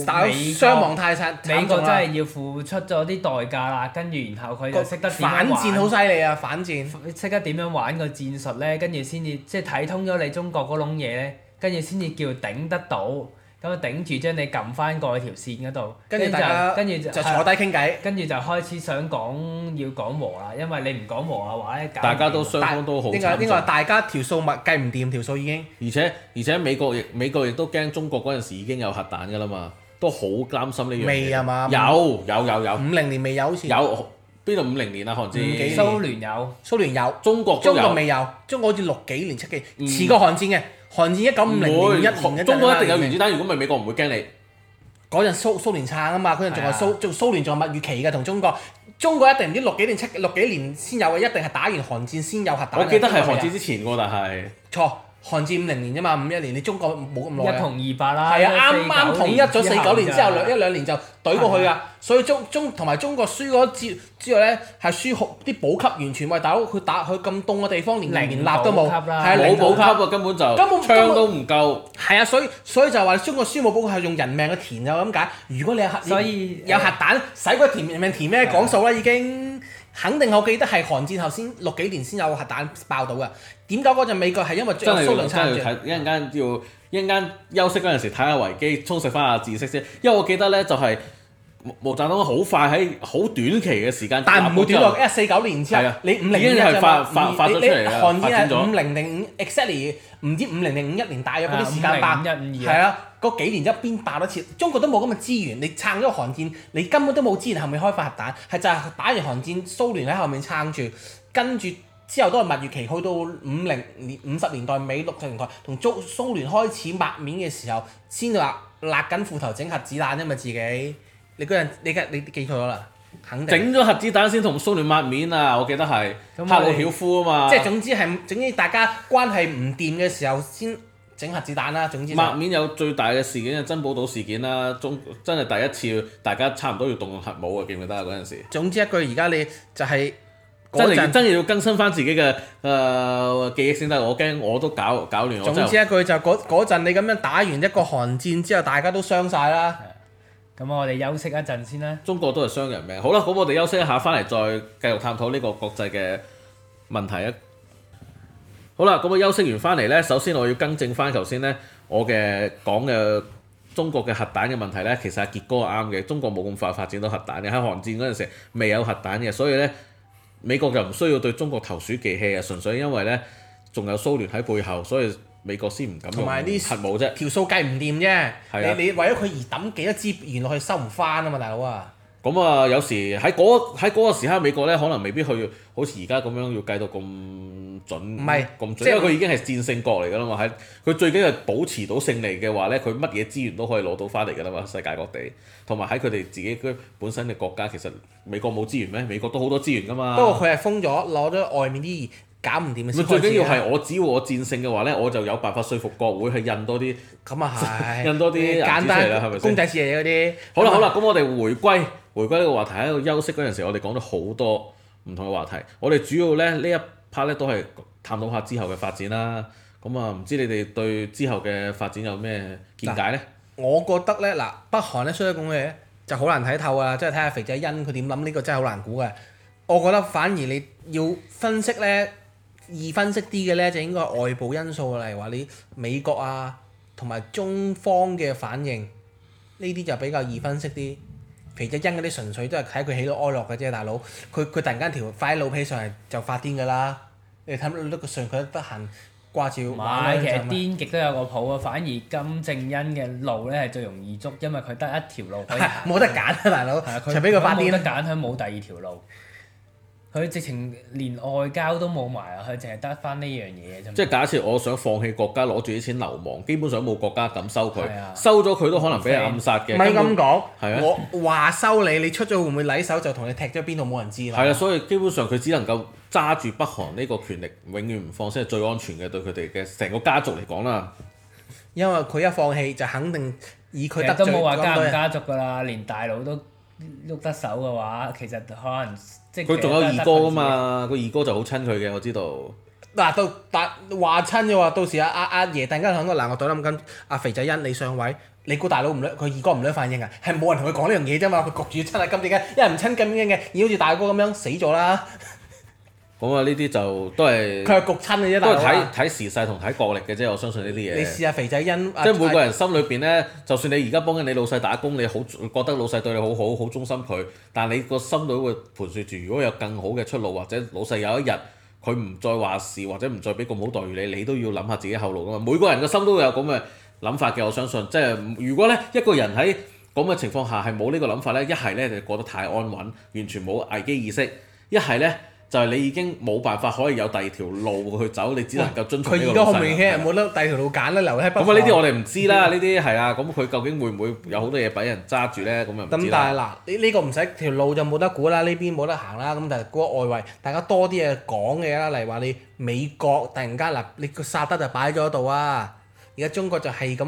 Speaker 2: 但係
Speaker 3: 美
Speaker 2: 傷亡
Speaker 3: 國，
Speaker 2: 太慘，
Speaker 3: 美
Speaker 2: 慘
Speaker 3: 國
Speaker 2: 重
Speaker 3: 真
Speaker 2: 啦
Speaker 3: 係要付出咗啲代價啦，跟住然後佢就識得點
Speaker 2: 反
Speaker 3: 樣玩
Speaker 2: 戰好犀利啊！反戰
Speaker 3: 識得點樣玩個戰術咧，跟住先至即係睇通咗你中國嗰籠嘢咧，跟住先至叫頂得到，咁啊頂住將你撳翻過去條線嗰度，
Speaker 2: 跟住大家
Speaker 3: 跟住
Speaker 2: 就坐
Speaker 3: 就
Speaker 2: 低
Speaker 3: 係啊
Speaker 2: 傾偈，
Speaker 3: 跟住就開始想講要講和啦，因為你唔講和嘅話咧，搞唔掂啊
Speaker 1: 大家都雙
Speaker 2: 大
Speaker 1: 方都好
Speaker 2: 應該
Speaker 1: 慘
Speaker 2: 應該話
Speaker 1: 重。
Speaker 2: 大家條數物計唔掂，條數已經
Speaker 1: 而且而且美國亦美國亦都驚中國嗰陣時已經有核彈㗎啦嘛，都好擔心呢樣嘢。
Speaker 2: 未啊嘛
Speaker 1: 有有有有
Speaker 2: 五零年未有，好似
Speaker 1: 有邊度五零年啊？韓
Speaker 2: 五幾
Speaker 1: 戰
Speaker 2: 年
Speaker 3: 蘇聯有
Speaker 2: 蘇聯有，
Speaker 1: 中國
Speaker 2: 中
Speaker 1: 都
Speaker 2: 國
Speaker 1: 有。嗯
Speaker 2: 未有，中國好似六幾年七幾，遲過韓戰嘅。韓戰一九五零
Speaker 1: 唔
Speaker 2: 年
Speaker 1: 會
Speaker 2: 一年
Speaker 1: 中國一定有原
Speaker 2: 年
Speaker 1: 子彈，如果唔係美國唔會驚你。
Speaker 2: 嗰陣蘇蘇聯撐啊嘛，嗰陣仲係
Speaker 3: 係啊
Speaker 2: 蘇仲蘇聯仲係蜜月期嘅，同中國。中國一定唔知六幾年七六幾年先有嘅，一定係打完韓戰先有核彈嘅。
Speaker 1: 我記得係韓
Speaker 2: 中國未有啊
Speaker 1: 戰之前喎，但係
Speaker 2: 錯，韓戰五零年啫嘛，五一年你中國冇咁耐
Speaker 3: 一
Speaker 2: 啊。
Speaker 3: 同二八啦，
Speaker 2: 係啊，啱啱
Speaker 3: 四九
Speaker 2: 統一
Speaker 3: 年
Speaker 2: 咗四九年之後兩
Speaker 3: 咋
Speaker 2: 一兩年就懟過去噶，所以中中同埋中國輸嗰節之後咧，係輸好啲補給完全喂大佬，佢打佢咁凍嘅地方連連
Speaker 3: 零
Speaker 2: 立都冇，
Speaker 3: 補給
Speaker 2: 係
Speaker 3: 啦
Speaker 2: 啊
Speaker 1: 冇
Speaker 2: 零
Speaker 1: 補給啊，根本就
Speaker 2: 根本
Speaker 1: 槍都唔夠。
Speaker 2: 係啊，所以所以就話中國輸冇補給係用人命嘅填就咁解。如果你有核，
Speaker 3: 所以
Speaker 2: 有核彈，使鬼填人命填咩
Speaker 3: 係啊
Speaker 2: 講數啦已經。肯定我記得係韓戰後先六幾年先有核彈爆到噶。點解嗰陣美國係因為
Speaker 1: 真係
Speaker 2: 蘇
Speaker 1: 要
Speaker 2: 聯
Speaker 1: 真係
Speaker 2: 撐
Speaker 1: 要
Speaker 2: 住？
Speaker 1: 睇，一陣間要一陣間休息嗰陣時睇下維基，充實翻下知識先。因為我記得咧就係、毛毛澤東好快喺好短期嘅時間，
Speaker 2: 但唔會短落一四九年之後
Speaker 1: 係啊，
Speaker 2: 你五零
Speaker 1: 已經
Speaker 2: 年
Speaker 1: 係
Speaker 2: 啫
Speaker 1: 發
Speaker 2: 嘛，
Speaker 1: 發發咗
Speaker 2: 你
Speaker 1: 出嚟
Speaker 2: 你
Speaker 1: 啦
Speaker 2: 韓
Speaker 1: 發
Speaker 2: 戰
Speaker 1: 展
Speaker 2: 係
Speaker 1: 咗
Speaker 2: 五零零五 exactly 唔知五零零五一年大約嗰啲時間爆，
Speaker 3: 啊50
Speaker 2: 係啊，嗰幾年一邊爆一次，中國都冇咁嘅資源，你撐咗韓戰，你根本都冇資源後面開發核彈，係就係打完韓戰，蘇聯喺後面撐住，跟住。之後都係蜜月期，去到五零年五十年代尾六十年代，同蘇蘇聯開始抹面嘅時候，先至話勒緊褲頭整核子彈啫嘛自己。你嗰陣你嘅你記錯咗啦，肯定。
Speaker 1: 整咗核子彈先同蘇聯抹面啊！我記得係赫
Speaker 3: 咁我哋
Speaker 1: 魯曉夫啊嘛，
Speaker 2: 即係總之係總之大家關係唔掂嘅時候先整核子彈啦。總之就
Speaker 1: 抹面有最大嘅事件就珍寶島事件啦，中真係第一次大家差唔多要動用核武啊！記唔記得啊嗰陣時？
Speaker 2: 總之一句，而家你就係
Speaker 1: 真
Speaker 2: 嗰
Speaker 1: 係要
Speaker 2: 陣。
Speaker 1: 真係要更新翻自己嘅誒、呃、記憶先得，我驚我都搞搞亂，我
Speaker 2: 總
Speaker 1: 真
Speaker 2: 之
Speaker 1: 係
Speaker 2: 一句就嗰嗰陣你咁樣打完一個韓戰之後，大家都傷晒啦。
Speaker 3: 咁我哋休息一陣先啦。
Speaker 1: 中國都係傷人命。好啦，咁我哋休息一下，翻嚟再繼續探討呢個國際嘅問題啊！好啦，咁我休息完翻嚟呢，首先我要更正翻頭先呢，我嘅講嘅中國嘅核彈嘅問題呢，其實阿傑哥啱嘅，中國冇咁快發展到核彈嘅，喺韓戰嗰陣時未有核彈嘅，所以呢，美國就唔需要對中國投鼠忌器啊，純粹因為呢，仲有蘇聯喺背後，所以美國先唔敢用
Speaker 2: 同埋啲
Speaker 1: 核武啫。
Speaker 2: 條數計唔掂
Speaker 1: 係啊
Speaker 2: 啫，你你為咗佢而抌幾多支原落去收唔翻啊嘛，大佬啊！
Speaker 1: 咁啊，有時喺嗰喺嗰個時刻，美國咧可能未必去好似而家咁樣要計到咁準，
Speaker 2: 唔係
Speaker 1: 咁
Speaker 2: 即
Speaker 1: 準，
Speaker 2: 係
Speaker 1: 因為佢已經係戰勝國嚟㗎啦嘛。喺佢最緊要係保持到勝利嘅話咧，佢乜嘢資源都可以攞到翻嚟㗎啦嘛。世界各地，同埋喺佢哋自己嘅本身嘅國家，其實美國冇資源咩？美國都好多資源㗎嘛。
Speaker 2: 不過佢係封咗，攞咗外面啲搞唔掂嘅
Speaker 1: 咪
Speaker 2: 先
Speaker 1: 最
Speaker 2: 開始
Speaker 1: 緊要
Speaker 2: 啊
Speaker 1: 係我只要我戰勝嘅話咧，我就有辦法說服國會去印多啲。
Speaker 2: 咁啊係
Speaker 1: 印多啲銀紙
Speaker 2: 簡
Speaker 1: 出嚟啦係咪先
Speaker 2: 單公仔紙嘢嗰啲。
Speaker 1: 好啦好啦，咁我哋回歸回歸呢個話題喺度休息嗰陣時，我哋講咗好多唔同嘅話題。我哋主要咧呢一 part 咧都係探討下之後嘅發展啦。咁啊，唔知你哋對之後嘅發展有咩見解咧？
Speaker 2: 我覺得咧，嗱，北韓咧衰咗咁嘅嘢就好難睇透啊！即係睇下肥仔欣佢點諗，呢個真係好難估嘅。我覺得反而你要分析咧，易分析啲嘅咧就應該係外部因素，例如話你美國啊，同埋中方嘅反應，呢啲就比較易分析啲。肥仔欣嗰啲純粹都係睇佢喜怒哀樂嘅啫，大佬。佢佢突然間條快佬皮上嚟就發癲㗎啦。你睇唔睇到佢上佢得閒掛照
Speaker 3: 唔
Speaker 2: 玩啦
Speaker 3: 係，其實
Speaker 2: 就咪
Speaker 3: 癲極都有個譜啊。反而金正恩嘅路咧係最容易捉，因為佢得一條路 可以行。
Speaker 2: 冇得揀啊，大佬，
Speaker 3: 係啊，佢
Speaker 2: 除非佢發
Speaker 3: 冇
Speaker 2: 癲
Speaker 3: 得
Speaker 2: 啦。
Speaker 3: 揀，佢冇第二條路。佢直情連外交都冇埋啊！佢淨係得翻呢樣嘢啫嘛。
Speaker 1: 即係假設我想放棄國家，攞住啲錢流亡，基本上冇國家敢收佢
Speaker 3: 係啊，
Speaker 1: 收咗佢都可能俾人暗殺嘅。
Speaker 2: 唔係
Speaker 1: 根本
Speaker 2: 咁講
Speaker 1: 係啊，
Speaker 2: 我話收你，你出咗會唔會禮手就同你踢咗邊度冇人知啦。
Speaker 1: 係啊，所以基本上佢只能夠揸住北韓呢個權力，永遠唔放，先係最安全嘅對佢哋嘅成個家族嚟講啦。
Speaker 2: 因為佢一放棄就肯定以
Speaker 3: 其
Speaker 2: 佢得
Speaker 3: 實都
Speaker 2: 罪
Speaker 3: 冇話
Speaker 2: 咁
Speaker 3: 家
Speaker 2: 多
Speaker 3: 唔
Speaker 2: 人。
Speaker 3: 家族噶啦，連大佬都喐得手嘅話，其實可能即係
Speaker 1: 佢仲有二哥
Speaker 2: 啊
Speaker 3: 㗎
Speaker 1: 噶。嘛，佢二哥就好親佢嘅，我知道。
Speaker 2: 嗱到但話親嘅話，到時阿阿阿爺突然間響個嗱，我對諗緊阿啊肥仔欣你上位，你估大佬唔叻，佢二哥唔叻反應啊？係冇人同佢講呢樣嘢啫嘛，佢焗住親阿金正恩，一係唔親金正恩嘅，而好似大哥咁樣死咗
Speaker 1: 啊
Speaker 2: 啦，
Speaker 1: 咁啊，呢啲就都係
Speaker 2: 佢係焗親嘅
Speaker 1: 都係
Speaker 2: 啫，大佬啊。
Speaker 1: 睇睇時勢同睇國力嘅啫。我相信呢啲
Speaker 2: 你
Speaker 1: 嘢，
Speaker 2: 試下肥仔欣，啊
Speaker 1: 即係每個
Speaker 2: 人
Speaker 1: 人心裏邊咧，就算你而家幫緊你老細打工，你好覺得老細對你好好，好忠心佢，但你個心裏會盤算住，如果有更好嘅出路，或者老細有一日佢唔再話事，或者唔再俾咁好待遇你，你都要諗下自己後路噶嘛。每個人嘅心都會有咁嘅諗法嘅，我相信。即係如果咧一個人喺咁嘅情況下係冇呢個諗法咧，一係咧就過得太安穩，完全冇危機意識；一係咧就係、你已經冇辦法可以有第二條路去走，你只能夠遵從
Speaker 2: 佢
Speaker 1: 呢
Speaker 2: 而
Speaker 1: 個
Speaker 2: 家
Speaker 1: 老
Speaker 2: 好
Speaker 1: 細
Speaker 2: 明
Speaker 1: 啦
Speaker 2: 顯係冇得第二條路揀啦，留喺
Speaker 1: 咁
Speaker 2: 北
Speaker 1: 啊，呢啲
Speaker 2: 韓
Speaker 1: 我哋唔知啦，呢啲係啊，咁佢究竟會唔會有好多嘢俾人揸住咧？咁又唔知
Speaker 2: 咁
Speaker 1: 啦。
Speaker 2: 但係嗱，呢呢個唔使條路就冇得估啦，呢邊冇得行啦。咁但係嗰個外圍，大家多啲嘢講嘅啦，例如話你美國突然間嗱，你個薩德就擺咗喺度啊，而家中國就係咁，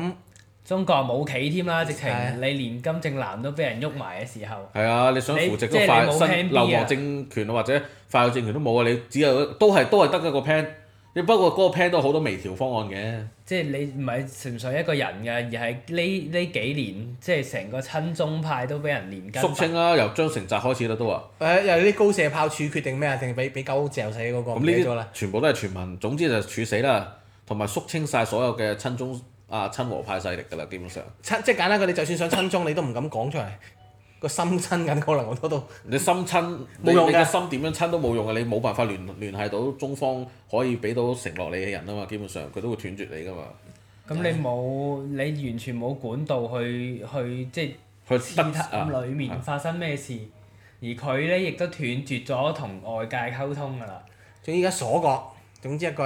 Speaker 3: 中國冇企添啦，直情
Speaker 2: 係啊
Speaker 3: 你連金正男都俾人喐埋嘅時候，
Speaker 1: 係啊，你想扶植
Speaker 3: 你
Speaker 1: 個
Speaker 3: 即係
Speaker 1: 快
Speaker 3: 你冇 plan
Speaker 1: 新
Speaker 3: B
Speaker 1: 流
Speaker 3: 啊
Speaker 1: 亡政權啊，或者快樂政權都冇啊，你只有都係都係得一個 plan，你不過嗰個 plan 都有好多微調方案嘅。
Speaker 3: 即係你唔係純粹一個人嘅，而係呢呢幾年即係成個親中派都俾人連根拔
Speaker 1: 肅清啦，由張成澤開始啦都話，
Speaker 2: 誒又有啲高射炮處決定咩啊？定俾俾狗嚼死嗰個
Speaker 1: 咁
Speaker 2: 唔
Speaker 1: 呢
Speaker 2: 記得咗啦
Speaker 1: 啲。全部都係傳聞，總之就處死啦，同埋肅清晒所有嘅親中啊親和派勢力㗎啦，基本上。
Speaker 2: 親即係簡單講，你就算想親中，你都唔敢講出嚟，個心親緊可能我多到。
Speaker 1: 你心親
Speaker 2: 冇用㗎
Speaker 1: 你嘅心點樣親都冇用嘅，你冇辦法聯聯繫到中方可以俾到承諾你嘅人啊嘛，基本上佢都會斷絕你噶嘛，
Speaker 3: 咁
Speaker 1: 啊
Speaker 3: 你冇你完全冇管道去去即
Speaker 1: 佢
Speaker 3: 係試探
Speaker 1: 啊
Speaker 3: 裡面發生咩事，而佢咧亦都斷絕咗同外界溝通㗎啦。
Speaker 2: 總之而家鎖國，總之一句。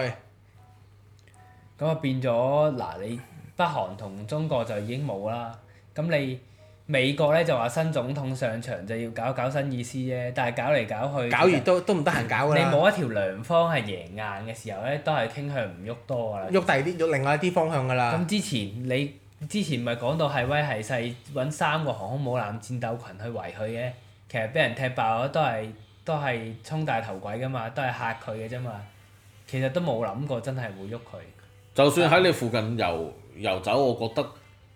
Speaker 3: 咁啊變咗嗱，你北韓同中國就已經冇啦。咁你美國咧就話新總統上場就要搞搞新意思啫，但係搞嚟搞去，
Speaker 2: 搞完都都唔得閒搞㗎
Speaker 3: 你
Speaker 2: 啦，
Speaker 3: 冇一條良方係贏硬嘅時候咧，都係傾向唔喐多㗎啦。
Speaker 2: 喐第二啲喐另外一啲方向㗎啦。
Speaker 3: 咁之前你之前咪講到係威係勢揾三個航空母艦戰鬥群去圍佢嘅，其實俾人踢爆咗都係都係衝大頭鬼㗎嘛，都係嚇佢嘅啫嘛。其實都冇諗過真係會喐佢。
Speaker 1: 就算喺你附近遊遊走，我覺得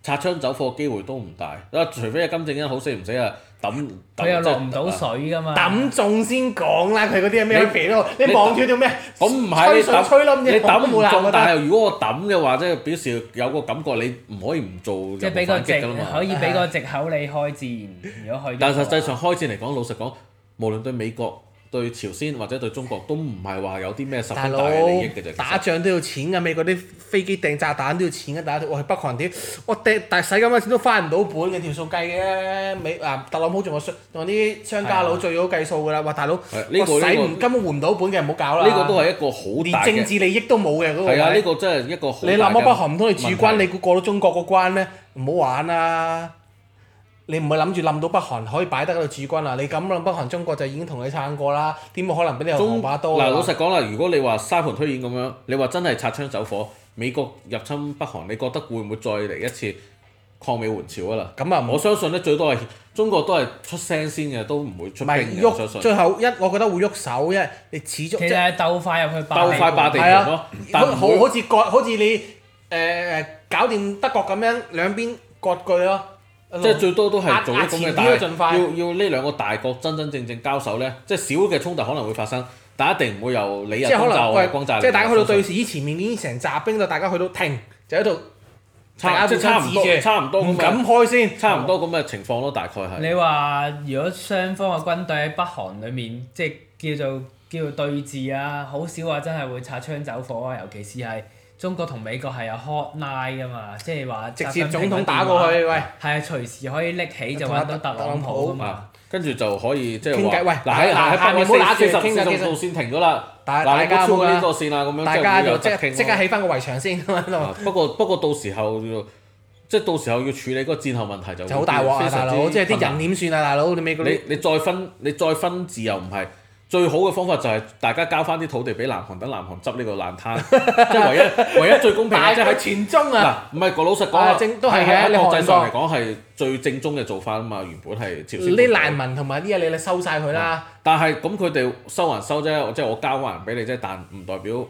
Speaker 1: 擦槍走火嘅機會都唔大，啊除非阿金正恩好死唔死啊抌抌
Speaker 3: 佢又
Speaker 1: 即係啊
Speaker 3: 落唔到水㗎嘛。
Speaker 2: 抌中先講啦，佢嗰啲係咩啊肥咯？你
Speaker 1: 你
Speaker 2: 望住做咩？
Speaker 1: 咁唔係
Speaker 2: 吹
Speaker 1: 你
Speaker 2: 水
Speaker 1: 抌
Speaker 2: 吹冧啫
Speaker 1: 你抌唔
Speaker 2: 我都冇鬧
Speaker 1: 中
Speaker 2: 覺得，
Speaker 1: 但係如果我抌嘅話，即係表示有個感覺你唔可以唔做
Speaker 3: 即係
Speaker 1: 任何
Speaker 3: 俾個
Speaker 1: 反
Speaker 3: 藉
Speaker 1: 擊㗎啦嘛
Speaker 3: 可。以俾個藉口你開戰，如果去。
Speaker 1: 但實際上開戰嚟講，老實講，無論對美國、對朝鮮或者對中國，都唔係話有啲咩十
Speaker 2: 大
Speaker 1: 分大
Speaker 2: 佬
Speaker 1: 嘅利益嘅啫。
Speaker 2: 打仗都要錢㗎，美國啲飛機掟炸彈都要錢㗎，打我去北韓啲，我掟但係使咁多錢都翻唔到本嘅條數計嘅，美啊特朗普仲有商仲有啲商家佬
Speaker 3: 係啊
Speaker 2: 最好計數㗎啦，哇大佬，
Speaker 1: 係呢個
Speaker 2: 我使
Speaker 1: 呢
Speaker 2: 唔
Speaker 1: 個
Speaker 2: 根本換唔到本嘅唔好搞啦，
Speaker 1: 呢個都係一個好
Speaker 2: 啊連
Speaker 1: 大
Speaker 2: 政
Speaker 1: 嘅，
Speaker 2: 治利益都冇嘅嗰個
Speaker 1: 係啊！呢
Speaker 2: 位。
Speaker 1: 個真係一個好大
Speaker 2: 你
Speaker 1: 嘅
Speaker 2: 諗下北韓唔通你駐軍，
Speaker 1: 問題
Speaker 2: 你估過到中國個關咩？唔好玩啦！你唔係諗住冧到北韓可以擺得喺度駐軍啊？你咁諗北韓中國就已經同你撐過啦，點可能俾你
Speaker 1: 中
Speaker 2: 行把刀啊
Speaker 1: 嗱，老實講啦，如果你話沙盤推演咁樣，你話真係擦槍走火，美國入侵北韓，你覺得會唔會再嚟一次抗美援朝啊啦？
Speaker 2: 咁啊唔
Speaker 1: 我相信咧，最多係中國都係出聲先嘅，都唔會出
Speaker 2: 唔
Speaker 1: 兵嘅。
Speaker 2: 係
Speaker 1: 我相
Speaker 2: 喐，
Speaker 1: 信
Speaker 2: 最後一我覺得會喐手，因為你始終
Speaker 3: 其實
Speaker 2: 係
Speaker 3: 係鬥快入去霸
Speaker 1: 鬥快霸地
Speaker 2: 係
Speaker 1: 盤咯
Speaker 2: 啊，，
Speaker 1: 但
Speaker 2: 好
Speaker 1: 唔會
Speaker 2: 好好似割好似你誒、誒搞掂德國咁樣兩邊割據咯，
Speaker 1: 即係最多都係做啲咁嘅，但
Speaker 2: 壓壓前啲咯盡
Speaker 1: 係
Speaker 2: 快
Speaker 1: 要要呢兩個大國真真正正交手咧，即係少嘅衝突可能會發生，但一定唔會由你
Speaker 2: 即
Speaker 1: 日
Speaker 2: 係可
Speaker 1: 轟炸
Speaker 2: 能
Speaker 1: 我日
Speaker 2: 喂
Speaker 1: 轟炸你。
Speaker 2: 即係大家去到
Speaker 1: 我相
Speaker 2: 對
Speaker 1: 信
Speaker 2: 峙前面已經成扎兵啦，大家去到停就喺度
Speaker 1: 差即係差唔
Speaker 2: 大家互相指
Speaker 1: 多
Speaker 2: 住
Speaker 1: 差唔多
Speaker 2: 唔
Speaker 1: 咁嘅
Speaker 2: 敢開先。
Speaker 1: 差唔多咁嘅情況咯，大概係。
Speaker 3: 你話如果雙方嘅軍隊喺北韓裡面，即係叫做叫做對峙啊，好少話真係會擦槍走火啊，尤其是係中國同美國係有 hotline 噶嘛，即係話
Speaker 2: 直
Speaker 3: 習
Speaker 2: 接
Speaker 3: 近平
Speaker 2: 總統
Speaker 3: 嘅
Speaker 2: 打
Speaker 3: 電
Speaker 2: 過
Speaker 3: 話
Speaker 2: 去，喂，
Speaker 3: 係啊，隨時可以拎起就
Speaker 2: 同阿
Speaker 3: 揾到
Speaker 2: 特
Speaker 3: 特朗普噶嘛。
Speaker 1: 啊，跟住就可以即係話
Speaker 2: 傾偈喂
Speaker 1: 嗱喺
Speaker 2: 嗱
Speaker 1: 喺
Speaker 2: 下
Speaker 1: 八
Speaker 2: 面
Speaker 1: 個
Speaker 2: 唔好揦住
Speaker 1: 四十
Speaker 2: 傾偈
Speaker 1: 四十
Speaker 2: 其實
Speaker 1: 度線停咗啦，
Speaker 2: 大
Speaker 1: 嗱
Speaker 2: 大
Speaker 1: 你唔好
Speaker 2: 家
Speaker 1: 超
Speaker 2: 冇
Speaker 1: 過呢
Speaker 2: 啦
Speaker 1: 個，線啦，咁樣
Speaker 2: 大家
Speaker 1: 即係會
Speaker 2: 就
Speaker 1: 有
Speaker 2: 即
Speaker 1: 得
Speaker 2: 刻
Speaker 1: 傾
Speaker 2: 即刻
Speaker 1: 咯
Speaker 2: 起翻個圍牆先咁樣咯，
Speaker 1: 啊不過不過到時候要即係到時候要處理嗰個戰後問題就
Speaker 2: 就好大鑊啊，
Speaker 1: 非常
Speaker 2: 大
Speaker 1: 之
Speaker 2: 佬！即係啲
Speaker 1: 困難
Speaker 2: 人點算啊，大佬？你美國啲
Speaker 1: 你你再分你再分治又唔係最好嘅方法就係大家交翻啲土地俾南韓，等南韓執呢個爛 攤，即係唯一唯一最公平嘅，
Speaker 2: 大
Speaker 1: 即係
Speaker 2: 佢
Speaker 1: 喺
Speaker 2: 前中
Speaker 1: 嗱
Speaker 2: 啊，，
Speaker 1: 唔係個老實講
Speaker 2: 啊
Speaker 1: 啊，
Speaker 2: 正都係嘅
Speaker 1: 喺喺
Speaker 2: 你
Speaker 1: 國際上嚟
Speaker 2: 韓
Speaker 1: 講係最正宗嘅做法啊嘛，原本係朝鮮
Speaker 2: 啲難民同埋啲嘢你你收晒佢啦，
Speaker 1: 但係咁佢哋收還收啫，即係我交還俾你啫，但唔代表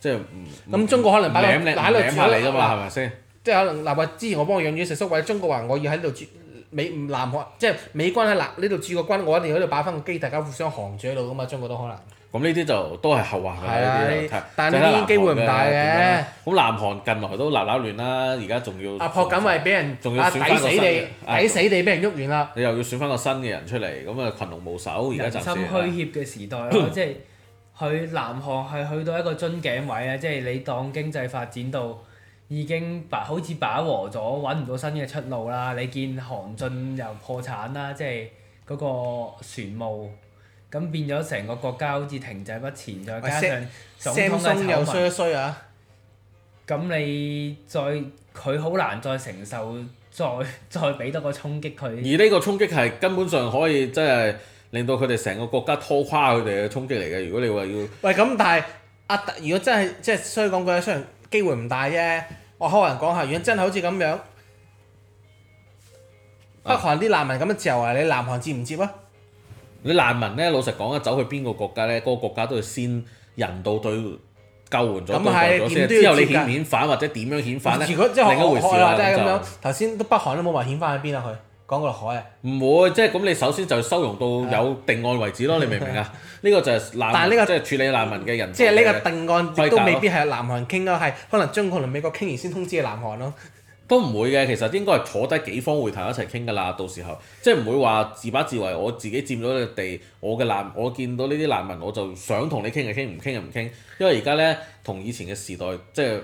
Speaker 1: 即係唔
Speaker 2: 咁中國可能
Speaker 1: 舐
Speaker 2: 擺喺
Speaker 1: 你
Speaker 2: 度
Speaker 1: 舐
Speaker 2: 擺喺度住
Speaker 1: 下你
Speaker 2: 啦
Speaker 1: 啫嘛，係咪先？
Speaker 2: 即係可能嗱，話之前我幫佢養魚食宿，或者中國話我要喺度駐美南韓，即係美軍喺南呢度駐個軍，我一定要喺度擺翻個機，大家互相行住喺度噶嘛，中國都可能。
Speaker 1: 咁呢啲就都係後話㗎啦，呢啲就
Speaker 2: 係
Speaker 1: 睇
Speaker 2: 啊但呢啲
Speaker 1: 就睇南韓
Speaker 2: 機會唔大嘅
Speaker 1: 點樣咁南韓近來都鬧鬧亂啦，而家仲要
Speaker 2: 阿朴槿惠俾人
Speaker 1: 仲要
Speaker 2: 啊
Speaker 1: 選
Speaker 2: 抵
Speaker 1: 返個
Speaker 2: 死
Speaker 1: 新
Speaker 2: 地
Speaker 1: 嘅啊
Speaker 2: 抵死地俾人喐完啦，
Speaker 1: 你又要選翻個新嘅人出嚟，咁啊群龍無首，而
Speaker 3: 人
Speaker 1: 家
Speaker 3: 心
Speaker 1: 暫時
Speaker 3: 虛怯嘅時 代咯，即係去南韓係去到一個樽頸位啊咧，即係你當經濟發展到已經飽好似飽和咗，揾唔到新嘅出路啦。你見韓進又破產啦，即係嗰個船務，咁變咗成個國家好似停滯不前，再加上總統嘅
Speaker 2: Samsung 又
Speaker 3: 醜聞
Speaker 2: 衰一衰啊！
Speaker 3: 咁你再佢好難再承受，再 再俾多個衝擊佢。
Speaker 1: 而呢個衝擊係根本上可以即係令到佢哋成個國家拖垮佢哋嘅衝擊嚟嘅。如果你話要
Speaker 2: 喂，咁但係阿特，如果真係即係衰講句，雖然機會唔大啫，我可能講下，如果真係好似咁
Speaker 1: 啊
Speaker 2: 樣，北韓啲難民咁樣自由啊，你南韓接唔接啊？
Speaker 1: 你難民咧，老實講啊，走去邊個國家咧，嗰、個國家都要先人道對救援咗
Speaker 2: 咁
Speaker 1: 對待
Speaker 2: 係
Speaker 1: 咗先，
Speaker 2: 點都要
Speaker 1: 之後你
Speaker 2: 接㗎
Speaker 1: 遣唔遣返或者點樣遣返咧，
Speaker 2: 如果即係
Speaker 1: 另一回事啦。
Speaker 2: 即係咁樣
Speaker 1: 就，
Speaker 2: 頭先都北韓都冇話遣翻去邊啊，佢講過落海啊。
Speaker 1: 唔會，即係咁你首先就收容到有定案為止 咯，你明唔明啊？呢個就係難
Speaker 2: 但係
Speaker 1: 民，
Speaker 2: 呢
Speaker 1: 即係處理難民嘅人。
Speaker 2: 即係呢個定案亦
Speaker 1: 規
Speaker 2: 都
Speaker 1: 格咯
Speaker 2: 未必係南韓傾啊咯，係可能中國同美國傾完先通知南韓咯。
Speaker 1: 都唔會嘅，其實應該係坐低幾方會談一齊傾㗎啦。到時候即係唔會話自把自為，我自己佔咗呢個地，我嘅難，我見到呢啲難民，我就想同你傾就傾，唔傾就唔傾。因為而家呢，同以前嘅時代即係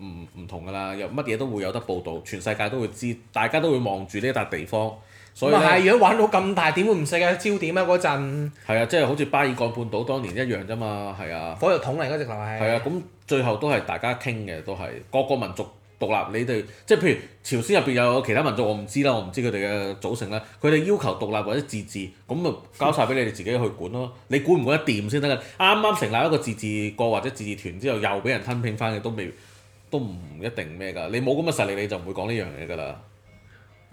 Speaker 1: 唔唔同㗎啦，又乜嘢都會有得報導，全世界都會知，大家都會望住呢笪地方，所以
Speaker 2: 咁啊
Speaker 1: 呢，
Speaker 2: 係，如果玩到咁大，點會唔世界焦點啊？嗰陣
Speaker 1: 係啊，即係好似巴爾幹半島當年一樣啫嘛，係啊。
Speaker 2: 火藥桶嚟嗰直頭係。
Speaker 1: 係啊，咁最後都係大家傾嘅，都係各個民族獨立。你哋即係譬如朝鮮入邊有其他民族，我唔知啦，我唔知佢哋嘅組成啦。佢哋要求獨立或者自治，咁啊交晒俾你哋自己去管咯。你管唔管得掂先得㗎？啱啱成立一個自治國或者自治團之後，又俾人吞並翻嘅，都未都唔一定咩㗎。你冇咁嘅實力，你就唔會講呢樣嘢㗎啦。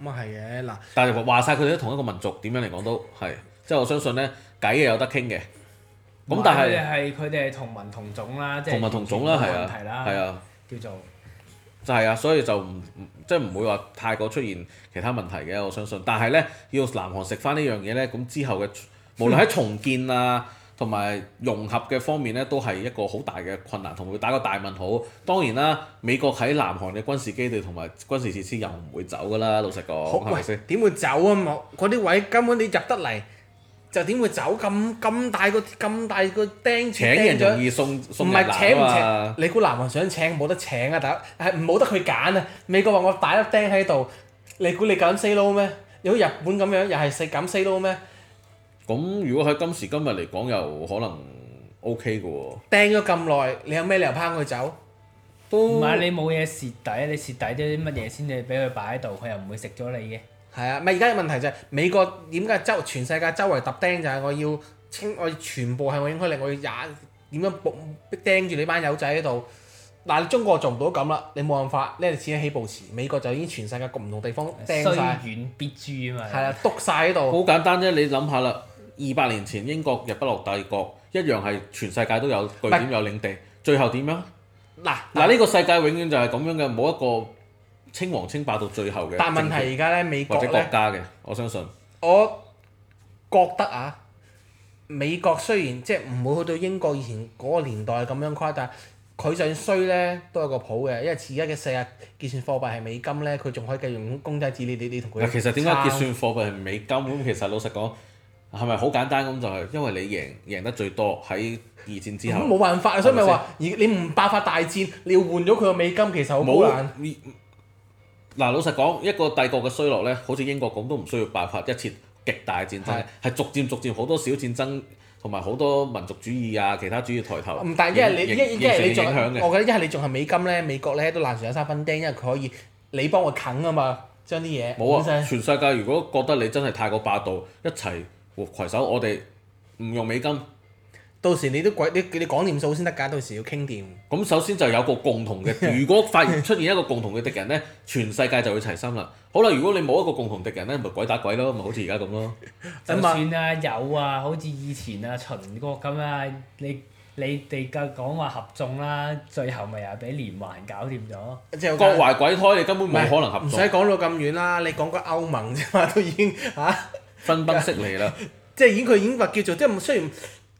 Speaker 2: 咁啊係嘅，嗱，
Speaker 1: 但係話晒佢哋都同一個民族，點樣嚟講都係，即係我相信呢，偈係有得傾嘅。咁但
Speaker 3: 佢
Speaker 1: 係
Speaker 3: 哋係佢哋係同文同種啦，即係
Speaker 1: 同文同種啦，係
Speaker 3: 問題
Speaker 1: 啊，
Speaker 3: 啦，
Speaker 1: 係啊。
Speaker 3: 叫
Speaker 2: 哦
Speaker 3: 做
Speaker 1: 就係啊，所以就唔唔即係唔會話太過出現其他問題嘅，我相信。但係呢，要南韓食翻呢樣嘢呢，咁之後嘅無論喺重建 啊同埋融合嘅方面呢，都係一個好大嘅困難，同會打個大問號。當然啦，美國喺南韓嘅軍事基地同埋軍事設施又唔會走㗎啦，老實
Speaker 2: 好
Speaker 1: 講，係咪
Speaker 2: 喂
Speaker 1: 先？，
Speaker 2: 點會走啊？冇嗰啲位根本你入得嚟，就點會走咁咁大個咁大個釘
Speaker 1: 請人
Speaker 2: 釘咗
Speaker 1: 容易送
Speaker 2: 唔
Speaker 1: 送人
Speaker 2: 係
Speaker 1: 難
Speaker 2: 請唔
Speaker 1: 啊
Speaker 2: 請
Speaker 1: 嘛？，
Speaker 2: 你估南韓想請冇得請啊！大佬係唔冇得佢揀啊！美國話我擺粒釘喺度，你估你敢 say no 咩？你好似日本咁樣又係食敢 say no 咩？
Speaker 1: 咁如果喺今時今日嚟講，又可能 OK 嘅喎，
Speaker 2: 釘咗咁耐，你有咩理由拋佢走？
Speaker 1: 都
Speaker 3: 唔係你冇嘢蝕底，你蝕底咗啲乜嘢先至俾佢擺喺度，佢又唔會食咗你嘅。
Speaker 2: 係啊，咪而家嘅問題就係、美國點解周全世界周圍揼釘就係我要清，我要全部係我影響力，我要廿點樣搏釘住你班友仔喺度。嗱，你中國做唔到咁啦，你冇辦法，呢你始終起步遲。美國就已經全世界各唔同地方
Speaker 3: 雖
Speaker 2: 釘晒，
Speaker 3: 遠必誅啊嘛。
Speaker 2: 係啊，篤晒喺度。
Speaker 1: 好簡單啫，你諗下啦，二百年前英國日不落帝國一樣係全世界都有據點有領地，最後點樣？啊
Speaker 2: 嗱
Speaker 1: 嗱，呢個世界永遠就係咁樣嘅，冇一個稱王稱霸到最後嘅。
Speaker 2: 但問題而家咧，美
Speaker 1: 或
Speaker 2: 國
Speaker 1: 者國
Speaker 2: 咧，
Speaker 1: 家嘅，我相信
Speaker 2: 我覺得啊，美國雖然即係唔會去到英國以前嗰個年代咁樣誇，但係佢就算衰咧都有個譜嘅，因為而家嘅世界結算貨幣係美金咧，佢仲可以繼續用公仔紙你你你同佢
Speaker 1: 嗱，其實點解結
Speaker 2: 撐？
Speaker 1: 算貨幣係美金咁？其實老實講，係咪好簡單咁就係因為你贏贏得最多喺二戰之後
Speaker 2: 咁。冇辦法啊，所以咪話而你唔爆發大戰，你要換咗佢個美金，其實好
Speaker 1: 冇啊嗯
Speaker 2: 難。
Speaker 1: 嗱，老實講，一個帝國嘅衰落咧，好似英國咁都唔需要爆發一次極大戰爭
Speaker 2: 係，
Speaker 1: 係逐漸逐漸好多小戰爭同埋好多民族主義啊、其他主義抬頭。
Speaker 2: 唔但係因為
Speaker 1: 形
Speaker 2: 你一
Speaker 1: 形
Speaker 2: 一係
Speaker 1: 形
Speaker 2: 你
Speaker 1: 成
Speaker 2: 仲
Speaker 1: 影響嘅。
Speaker 2: 我覺得一係你仲係美金咧，美國咧都爛船有三分釘，因為佢可以你幫我啃啊嘛，將啲嘢
Speaker 1: 冇啊！
Speaker 2: 本身
Speaker 1: 全世界如果覺得你真係太過霸道，一齊攜手，我哋唔用美金，
Speaker 2: 到時你都鬼你你講掂數先得㗎，到時要傾掂。
Speaker 1: 咁首先就有個共同 嘅。如果發現出現一個共同嘅敵人咧，全世界就會齊心啦。好啦，如果你冇一個共同敵人咧，咪鬼打鬼咯，咪好似而家咁咯。
Speaker 3: 就
Speaker 2: 咁啊
Speaker 3: 算啊有啊，好似以前啊秦國咁啊，你你哋嘅講話合縱啦，最後咪又係俾連環搞掂咗。
Speaker 2: 即係
Speaker 1: 各懷鬼胎，你根本
Speaker 2: 唔
Speaker 1: 冇
Speaker 2: 係
Speaker 1: 可能合
Speaker 2: 唔使
Speaker 1: 作，
Speaker 2: 講到咁遠啦，你講個歐盟啫嘛，都已經嚇、
Speaker 1: 分崩析離 啦。
Speaker 2: 即係已經佢已經話叫做即係雖然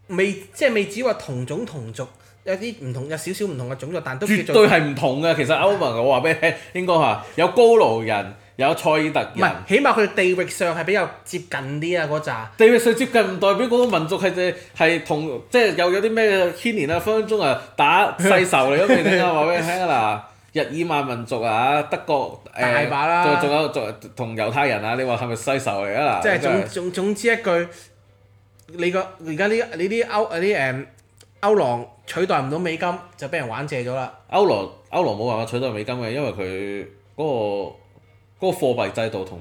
Speaker 2: 未即係未至於話同種同族，有啲唔同有少少唔同嘅種族，但都
Speaker 1: 絕
Speaker 2: 叫
Speaker 1: 對
Speaker 2: 做
Speaker 1: 係唔同嘅。其實歐盟我話俾你聽，應該話有高盧人，有塞爾特
Speaker 2: 唔
Speaker 1: 人。
Speaker 2: 係，起碼佢哋地域上係比較接近啲啊嗰扎。
Speaker 1: 地域上接近唔代表嗰個民族係係同即係又有啲咩牽連啊，分分鐘啊打世仇嚟咁你聽啊，話俾你聽啊嗱，日耳曼民族啊，德國誒，
Speaker 2: 大把啦
Speaker 1: 仲仲有仲同猶太人啊，你話係咪世仇嚟啊嗱？
Speaker 2: 即係
Speaker 1: 真
Speaker 2: 總總總之一句，你個而家呢你啲歐嗰啲誒歐郎取代唔到美金，就俾人玩借咗啦。
Speaker 1: 歐羅歐羅冇辦法取代美金嘅，因為佢嗰個。嗰個貨幣制度同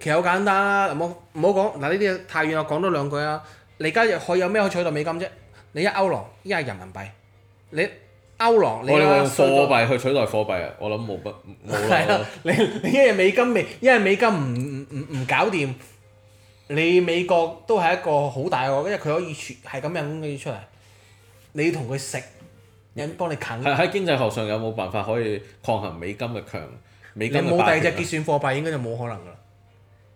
Speaker 2: 其實好簡單啦，唔好唔好講嗱呢啲太遠啦，講多兩句啦。你而家又可以有咩可以取代美金啫？你一歐郎，一係人民幣，你歐郎
Speaker 1: 我
Speaker 2: 你
Speaker 1: 哋會
Speaker 2: 啦
Speaker 1: 用
Speaker 2: 衰
Speaker 1: 貨
Speaker 2: 咗
Speaker 1: 幣去取代貨幣啊！我諗冇乜冇
Speaker 2: 係
Speaker 1: 啦
Speaker 2: 啊，，你你一係美金未，一係美金唔唔唔唔搞掂，你美國都係一個好大個，因為佢可以全係咁樣咁嘅出嚟，你要同佢食，有人幫你啃，
Speaker 1: 係喺啊經濟學上有冇辦法可以抗衡美金嘅強？美
Speaker 2: 你
Speaker 1: 金嘅
Speaker 2: 冇第
Speaker 1: 霸
Speaker 2: 二
Speaker 1: 權
Speaker 2: 隻
Speaker 1: 啊
Speaker 2: 結算貨幣應該就冇可能噶啦。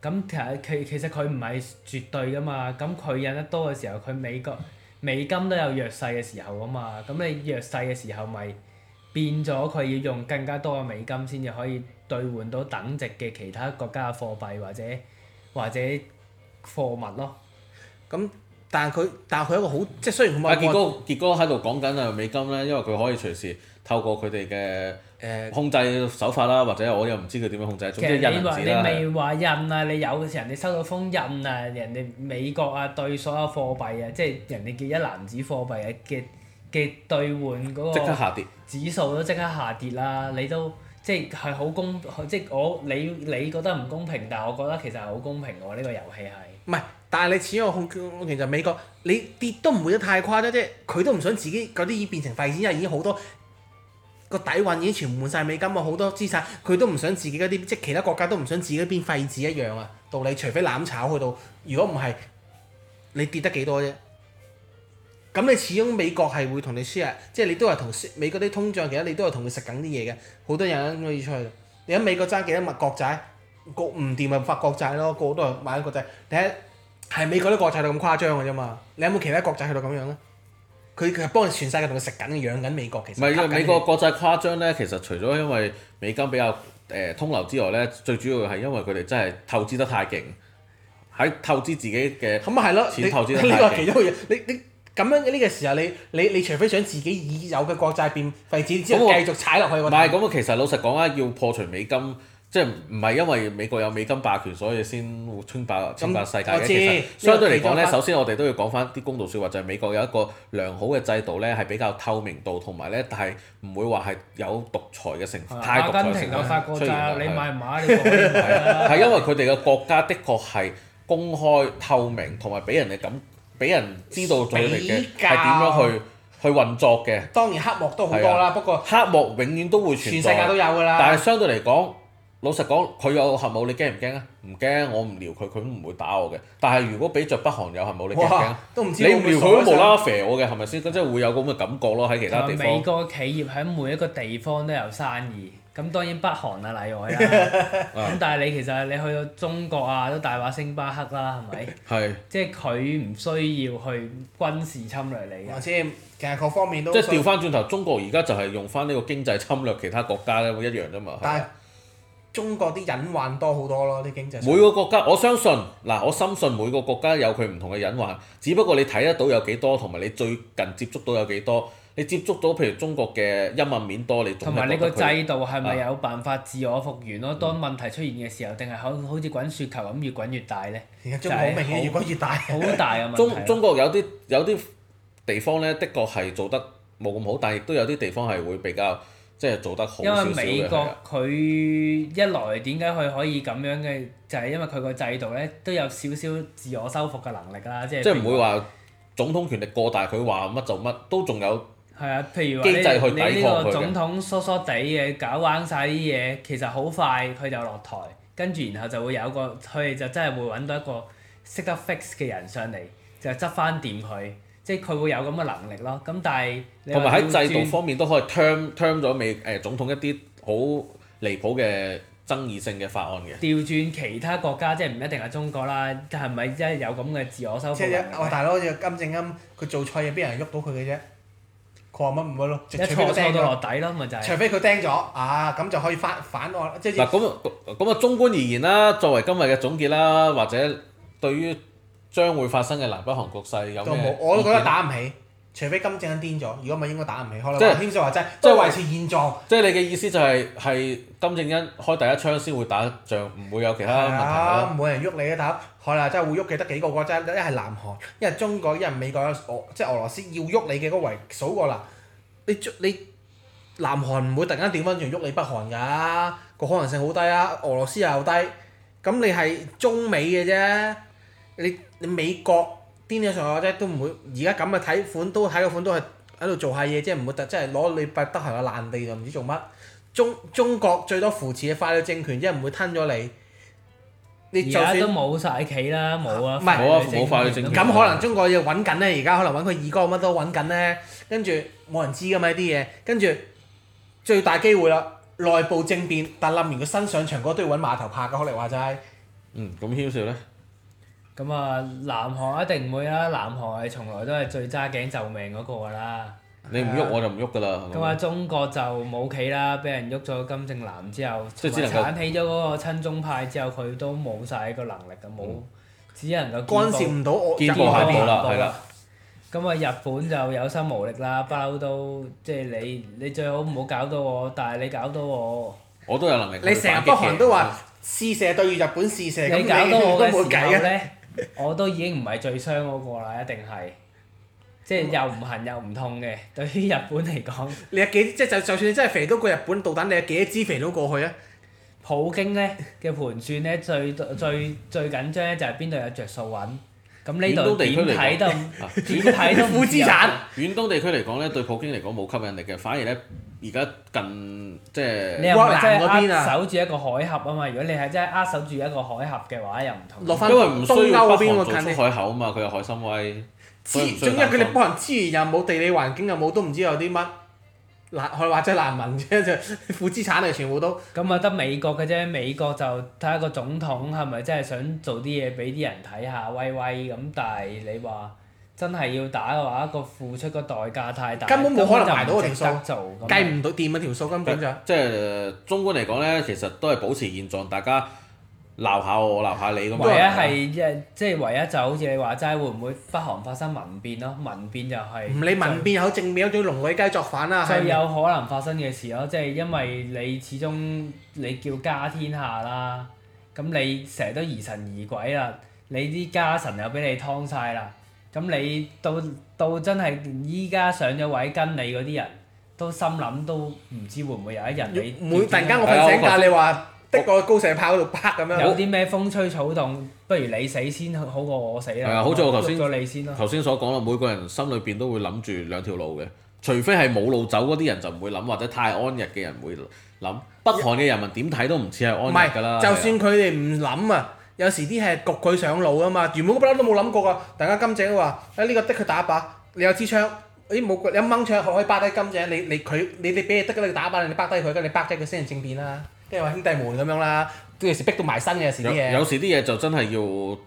Speaker 3: 咁其實其其實佢唔係絕對噶嘛，咁佢印得多嘅時候，佢美國美金都有弱勢嘅時候啊嘛，咁你弱勢嘅時候咪變咗佢要用更加多嘅美金先至可以兌換到等值嘅其他國家嘅貨幣或者或者貨物咯。
Speaker 2: 咁但係佢但係佢一個好即係雖然佢
Speaker 1: 阿
Speaker 2: 冇
Speaker 1: 傑哥，傑哥喺度講緊啊美金咧，因為佢可以隨時透過佢哋嘅
Speaker 2: 誒
Speaker 1: 控制手法啦，或者我又唔知佢點樣控制，總
Speaker 3: 其
Speaker 1: 之
Speaker 3: 實
Speaker 1: 印銀
Speaker 3: 你話
Speaker 1: 紙
Speaker 3: 你
Speaker 1: 啦。係
Speaker 3: 未話印啊，你有嘅時候你收到封印啊，人哋美國啊對所有貨幣啊，即係人哋叫一籃子貨幣啊嘅嘅兌換嗰個
Speaker 1: 即刻下跌，
Speaker 3: 指數都即刻下跌啦，你都即係係好公，即係我你你覺得唔公平，但係我覺得其實係好公平喎，呢、個遊戲係。
Speaker 2: 唔係，但係你始終有控權其實美國你跌都唔會得太誇張，即係佢都唔想自己嗰啲已變成廢紙，因為已經好多個底運已經全部滿晒美金啊，好多資產，佢都唔想自己嗰啲，即係其他國家都唔想自己變廢紙一樣啊。道理，除非攬炒去到，如果唔係，你跌得幾多啫？咁你始終美國係會同你 share，即係你都係同美國啲通脹，其實你都係同佢食緊啲嘢嘅，好多人可以出去。你喺美國爭幾多物國債？國唔掂啊咪發國債咯，個個都係買緊國債。你睇係美國啲國債到咁誇張嘅啫嘛，你有冇其他國債去到咁樣咧？佢佢係幫你全世界同佢食緊嘅，養緊美國其
Speaker 1: 唔
Speaker 2: 實。
Speaker 1: 係因為
Speaker 2: 吸緊
Speaker 1: 美國國際誇張咧，其實除咗因為美金比較誒、呃通流之外咧，最主要係因為佢哋真係透支得太勁，喺透支自己嘅。
Speaker 2: 咁咪係咯，
Speaker 1: 錢
Speaker 2: 你
Speaker 1: 投資得
Speaker 2: 呢
Speaker 1: 太
Speaker 2: 個
Speaker 1: 勁
Speaker 2: 係其中一樣，你你咁樣呢個時候，你你你除非想自己已有嘅國債變廢紙，之
Speaker 1: 咁
Speaker 2: 後
Speaker 1: 我
Speaker 2: 繼續踩落去
Speaker 1: 唔
Speaker 2: 個
Speaker 1: 係咁啊，其實老實講啊，要破除美金，即係唔係因為美國有美金霸權，所以先會稱霸稱霸世界
Speaker 2: 我
Speaker 1: 嘅。
Speaker 2: 知
Speaker 1: 其實相對嚟講
Speaker 2: 呢個其中一
Speaker 1: 咧，
Speaker 2: 忽
Speaker 1: 首先我哋都要講翻啲公道説話，就係、美國有一個良好嘅制度咧，係比較透明度同埋咧，但係唔會話係有獨裁嘅成
Speaker 2: 啊
Speaker 1: 分，太
Speaker 3: 阿
Speaker 1: 獨裁
Speaker 3: 根
Speaker 1: 嘅
Speaker 3: 廷
Speaker 1: 成
Speaker 3: 就
Speaker 1: 分
Speaker 3: 發國
Speaker 1: 出現啦
Speaker 3: 債，你
Speaker 1: 係
Speaker 3: 買唔買？你講你唔買啦。
Speaker 1: 係因為佢哋嘅國家的確係公開透明，同埋俾人哋感，俾人知道咗佢哋嘅
Speaker 2: 比較
Speaker 1: 係點樣去去運作嘅。
Speaker 2: 當然黑幕都好多啦，不過
Speaker 1: 黑幕永遠都會
Speaker 2: 全
Speaker 1: 存
Speaker 2: 世
Speaker 1: 在。
Speaker 2: 界都有㗎啦。
Speaker 1: 但係相對嚟講，老實講，佢有核武，你驚唔驚啊？唔驚，我唔撩佢，佢都唔會打我嘅。但係如果俾着北韓有核武，你驚唔驚
Speaker 2: 哇
Speaker 1: 啊？，
Speaker 2: 都唔知
Speaker 1: 你
Speaker 2: 會
Speaker 1: 唔撩佢
Speaker 2: 會傻
Speaker 1: 都
Speaker 2: 一
Speaker 1: 無
Speaker 2: 陣
Speaker 1: 啦啦肥我嘅，係咪先？咁即係會有咁嘅感覺咯，喺 其他
Speaker 3: 同埋
Speaker 1: 地
Speaker 3: 啊美
Speaker 1: 方。
Speaker 3: 國企業喺每一個地方都有生意，咁當然北韓啊 例外啦。
Speaker 1: 啊
Speaker 3: 咁但係你其實你去到中國啊，都大把星巴克啦，係咪？
Speaker 1: 係，
Speaker 3: 即係佢唔需要去軍事侵略你嘅
Speaker 2: 我。知，其實各方面都
Speaker 1: 即係調翻轉頭，中國而家就係用翻呢個經濟侵略其他國家咧，會一樣啫嘛。係
Speaker 2: 但係
Speaker 1: 咪
Speaker 2: 中國啲隱患多好多咯，啲經濟上
Speaker 1: 每個國家，我相信嗱，我深信每個國家有佢唔同嘅隱患，只不過你睇得到有幾多，同埋你最近接觸到有幾多。你接觸到譬如中國嘅陰暗面多，你總
Speaker 3: 同埋
Speaker 1: 係
Speaker 3: 你
Speaker 1: 覺
Speaker 3: 個
Speaker 1: 得
Speaker 3: 制
Speaker 1: 佢
Speaker 3: 度係咪有辦法自我復原咯？當問題出現嘅時候，定係好好似滾雪球咁越滾越大咧？
Speaker 2: 而家中國好明顯越滾越大。
Speaker 3: 好大啊嘅問題咯。
Speaker 1: 中中國有啲有啲地方呢，的確係做得冇咁好，但係亦都有啲地方係會比較即係做得好
Speaker 3: 因
Speaker 1: 少少
Speaker 3: 為
Speaker 1: 嘅。
Speaker 3: 美
Speaker 1: 係
Speaker 3: 國
Speaker 1: 啊
Speaker 3: 佢一來點解佢可以咁樣嘅，就係、因為佢個制度咧都有少少自我修復嘅能力啦，即係
Speaker 1: 即係
Speaker 3: 譬
Speaker 1: 唔
Speaker 3: 如
Speaker 1: 會話總統權力過大，佢話乜就乜，都仲有
Speaker 3: 係啊，譬如
Speaker 1: 機制去
Speaker 3: 話
Speaker 1: 抵抗
Speaker 3: 你
Speaker 1: 佢
Speaker 3: 你呢
Speaker 1: 嘅
Speaker 3: 個總統疏疏地嘅搞彎晒啲嘢，其實好快佢就落台，跟住然後就會有一個佢哋就真係會揾到一個識得 fix 嘅人上嚟，就執翻掂佢，即係佢會有咁嘅能力咯。咁但係你話
Speaker 1: 同埋喺
Speaker 3: 要
Speaker 1: 制
Speaker 3: 轉
Speaker 1: 度方面都可以 term term 咗美誒、總統一啲好離譜嘅爭議性嘅法案嘅。
Speaker 3: 調轉其他國家，即係唔一定係中國啦，係咪真係有咁嘅自我修
Speaker 2: 即
Speaker 3: 復啊
Speaker 2: 係
Speaker 3: 能
Speaker 2: 我
Speaker 3: 力呢？
Speaker 2: 大佬好似金正恩，佢做錯嘢，邊有人喐到佢嘅啫？佢話乜唔會咯，除
Speaker 3: 一
Speaker 2: 除非
Speaker 3: 錯
Speaker 2: 佢
Speaker 3: 錯
Speaker 2: 釘
Speaker 3: 到
Speaker 2: 咗，
Speaker 3: 落底咯，咪就
Speaker 2: 除
Speaker 3: 係
Speaker 2: 非佢釘咗啊，咁就可以反反案，即係
Speaker 1: 嗱咁咁啊，縱觀而言啦，作為今日嘅總結啦，或者對於將會發生嘅南北韓局勢有
Speaker 2: 都冇
Speaker 1: 咩，
Speaker 2: 我都覺得
Speaker 1: 意見
Speaker 2: 打唔起。除非金正恩癲咗，如果唔係應該打唔起。可能
Speaker 1: 即係
Speaker 2: 話天水話齋，
Speaker 1: 即
Speaker 2: 都
Speaker 1: 係
Speaker 2: 係維持現狀。
Speaker 1: 即係你嘅意思就係、係金正恩開第一槍先會打仗，唔會有其他問
Speaker 2: 係
Speaker 1: 題
Speaker 2: 啊，
Speaker 1: 啦。
Speaker 2: 冇人喐你嘅，大佬。可能真係會喐嘅得幾個國家，一係南韓，一係中國，一係美國，俄即係俄羅斯要喐你嘅嗰圍數過啦。你中你南韓唔會突然間調翻轉喐你北韓㗎，個可能性好低啊。俄羅斯又低，咁你係中美嘅啫。你你美國癲咗上去啫，都唔會而家咁嘅睇款都睇個款都係喺度做下嘢啫，唔會特即係攞你筆得閒嘅爛地就唔知做乜。中中國最多扶持嘅法律政權，即係唔會吞咗你。你就
Speaker 3: 而家
Speaker 2: 算
Speaker 3: 都冇晒企啦，冇啊，
Speaker 2: 唔係
Speaker 1: 冇啊冇法律政權
Speaker 2: 咁可能中國要揾緊咧，而家可能揾佢二哥乜都揾緊咧，跟住冇人知噶嘛呢啲嘢，跟住最大機會啦，內部政變，但冧完個新上場嗰個都要揾碼頭拍嘅，可能話齋。
Speaker 1: 嗯，咁僥少咧，
Speaker 3: 咁啊，南韓一定唔會啦，南韓係從來都係最揸頸就命嗰個㗎啦。
Speaker 1: 你唔喐我就唔喐㗎啦。係
Speaker 3: 咁啊，
Speaker 1: 咪
Speaker 3: 中國就冇企啦，俾人喐咗金正男之後，
Speaker 1: 即係只能夠
Speaker 3: 同埋剷起咗嗰個親中派之後，佢都冇晒個能力嘅，冇只能夠
Speaker 2: 干涉
Speaker 3: 見
Speaker 2: 唔到我
Speaker 1: 嗯見
Speaker 2: 入
Speaker 1: 步
Speaker 2: 我
Speaker 1: 行
Speaker 2: 嗰
Speaker 1: 步
Speaker 2: 邊。
Speaker 1: 啦，係啦。
Speaker 3: 步。咁啊，日本就有心無力啦，不嬲都即係你你最好唔好搞到我，但係你搞到我，
Speaker 1: 我都有能力去
Speaker 2: 你成日
Speaker 1: 反擊
Speaker 2: 北
Speaker 1: 嘅。
Speaker 2: 韓都話試射對住日本試射，咁
Speaker 3: 你搞到我嘅
Speaker 2: 都冇
Speaker 3: 時候
Speaker 2: 計啊！
Speaker 3: 咧，我都已經唔係最傷嗰個啦，一定係。即係又唔痕又唔痛嘅， 對於日本嚟講，
Speaker 2: 你有幾即係就就算你真係肥到過日本導彈，你有幾多支肥到過去啊？
Speaker 3: 普京咧嘅盤算咧最最最緊張咧就係邊度有着數揾，咁呢
Speaker 1: 遠東
Speaker 3: 度
Speaker 1: 地區
Speaker 3: 點
Speaker 1: 嚟
Speaker 3: 睇都
Speaker 1: 啊
Speaker 3: 點睇都唔
Speaker 2: 負資產
Speaker 3: 入。
Speaker 1: 遠嗯東地區嚟講咧，對普京嚟講冇吸引力嘅，反而咧而家近即
Speaker 3: 你
Speaker 1: 係
Speaker 3: 又唔係真
Speaker 2: 烏克蘭嗰邊啊
Speaker 3: 係握手住一個海峽啊嘛？如果你係真係握手住一個海峽嘅話，又唔同。
Speaker 2: 落翻
Speaker 1: 因為唔
Speaker 2: 東
Speaker 1: 需要
Speaker 2: 歐嗰
Speaker 1: 北
Speaker 2: 邊
Speaker 1: 韓
Speaker 2: 喎，
Speaker 1: 做
Speaker 2: 近
Speaker 1: 出
Speaker 2: 你。
Speaker 1: 海口啊嘛，佢有海參崴。
Speaker 2: 資
Speaker 1: 所以唔需
Speaker 2: 總
Speaker 1: 要擔
Speaker 2: 之佢
Speaker 1: 心
Speaker 2: 哋幫人資源又冇地理環境又冇，都唔知有啲乜難，佢話即係難民啫，就負資產嚟，全部都
Speaker 3: 咁啊，得美國嘅啫。美國就睇下個總統係咪真係想做啲嘢俾啲人睇下威威咁，但係你話真係要打嘅話，個付出個代價太大，
Speaker 2: 根本冇可能埋到
Speaker 3: 就
Speaker 2: 嗰
Speaker 3: 唔
Speaker 2: 條
Speaker 3: 值
Speaker 2: 數
Speaker 3: 得做。咁
Speaker 2: 計唔到掂啊條數根本就。
Speaker 1: 即係中觀嚟講咧，其實都係保持現狀，大家鬧下我，鬧下你咁樣。
Speaker 3: 唯一係一即係唯一就好似你話齋，會唔會北韓發生民變咯？民變就係
Speaker 2: 唔理民變又好正面，有種龍女雞作反啦，
Speaker 3: 最
Speaker 2: 係
Speaker 3: 最
Speaker 2: 咪
Speaker 3: 有可能發生嘅事咯，即係因為你始終你叫家天下啦，咁你成日都疑神疑鬼啦，你啲家臣又俾你劏晒啦，咁你到到真係依家上咗位跟你嗰啲人都心諗都唔知會唔會有一日你
Speaker 2: 每突然間我
Speaker 1: 係啊
Speaker 2: 瞓醒
Speaker 1: 我覺
Speaker 2: 覺，你話的個高射炮喺度啪咁樣，
Speaker 3: 有啲咩風吹草動，不如你死先好過我死啦。
Speaker 1: 係啊好似我頭先
Speaker 3: 喐咗你先咯。
Speaker 1: 頭先所講啦，每個人心裏邊都會諗住兩條路嘅，除非係冇路走嗰啲人就唔會諗，或者太安逸嘅人會諗。北韓嘅人民點睇都唔似係
Speaker 2: 唔
Speaker 1: 安逸㗎啦。
Speaker 2: 係就
Speaker 1: 係啊
Speaker 2: 算佢哋唔諗啊。有時啲係焗佢上路啊嘛，原本不嬲都冇諗過噶。突然間金井話：，哎誒、呢、個的佢打靶，你有支槍，咦冇你一掹槍可以巴低金井，你你佢你你俾你得嘅你打靶，你巴低佢，跟住你巴低佢先係政變啦。跟住話兄弟們咁樣啦，都有時逼到埋身嘅有時啲嘢。
Speaker 1: 有有時啲嘢就真係要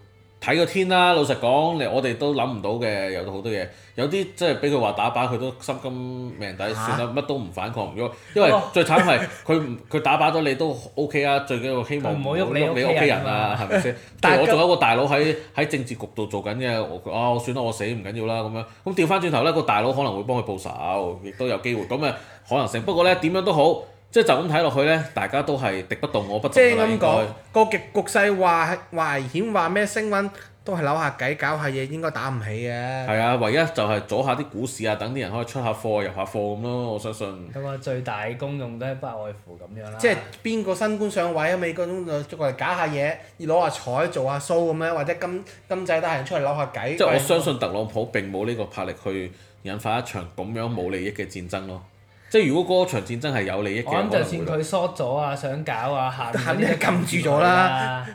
Speaker 1: 睇個天啦，老實講，你我哋都諗唔到嘅，有好多嘢，有啲即係俾佢話打靶，佢都心甘命抵，
Speaker 2: 嚇
Speaker 1: 算啦，乜都唔反抗唔喐，因為
Speaker 3: 哦
Speaker 1: 最慘係佢唔佢打靶咗你都 O K 啊，最緊要希望
Speaker 3: 佢唔好喐你
Speaker 1: 你
Speaker 3: 屋
Speaker 1: 屋
Speaker 3: 企
Speaker 1: 企
Speaker 3: 人
Speaker 1: 人
Speaker 3: 啊
Speaker 1: 啊，係咪先？但
Speaker 2: 但係
Speaker 1: 係我仲有一個大佬喺喺政治局度做緊嘅，我佢啊我算啦，我死唔緊要啦咁樣，咁調翻轉頭咧，個大佬可能會幫佢報仇，亦都有機會，咁啊可能性。不過咧點樣都好，即係就咁睇落去咧，大家都係敵不動我不動
Speaker 2: 即係
Speaker 1: 㗎啦，應
Speaker 2: 咁講
Speaker 1: 該。
Speaker 2: 個極局勢話話危險話咩升温，都係扭下計搞下嘢，應該打唔起嘅。
Speaker 1: 係啊，唯一就係阻下啲股市啊，等啲人可以出下貨、入下貨咁咯。我相信
Speaker 3: 咁啊，最大功用都係不外乎咁樣啦。
Speaker 2: 即係邊個新官上位啊？美國咁就過嚟搞下嘢，攞下彩做下 show 咁樣，或者金金仔得閒出嚟扭下計。
Speaker 1: 即係我相信特朗普並冇呢個魄力去引發一場咁樣冇利益嘅戰爭咯。即係如果嗰場戰爭係有利益嘅，
Speaker 3: 我
Speaker 1: 可能
Speaker 3: 諗就
Speaker 1: 會
Speaker 3: 算
Speaker 1: 咯
Speaker 3: 佢疏咗啊，想搞啊，下面
Speaker 2: 肯定
Speaker 3: 嗰啲
Speaker 2: 係
Speaker 3: 都
Speaker 2: 禁住咗啦。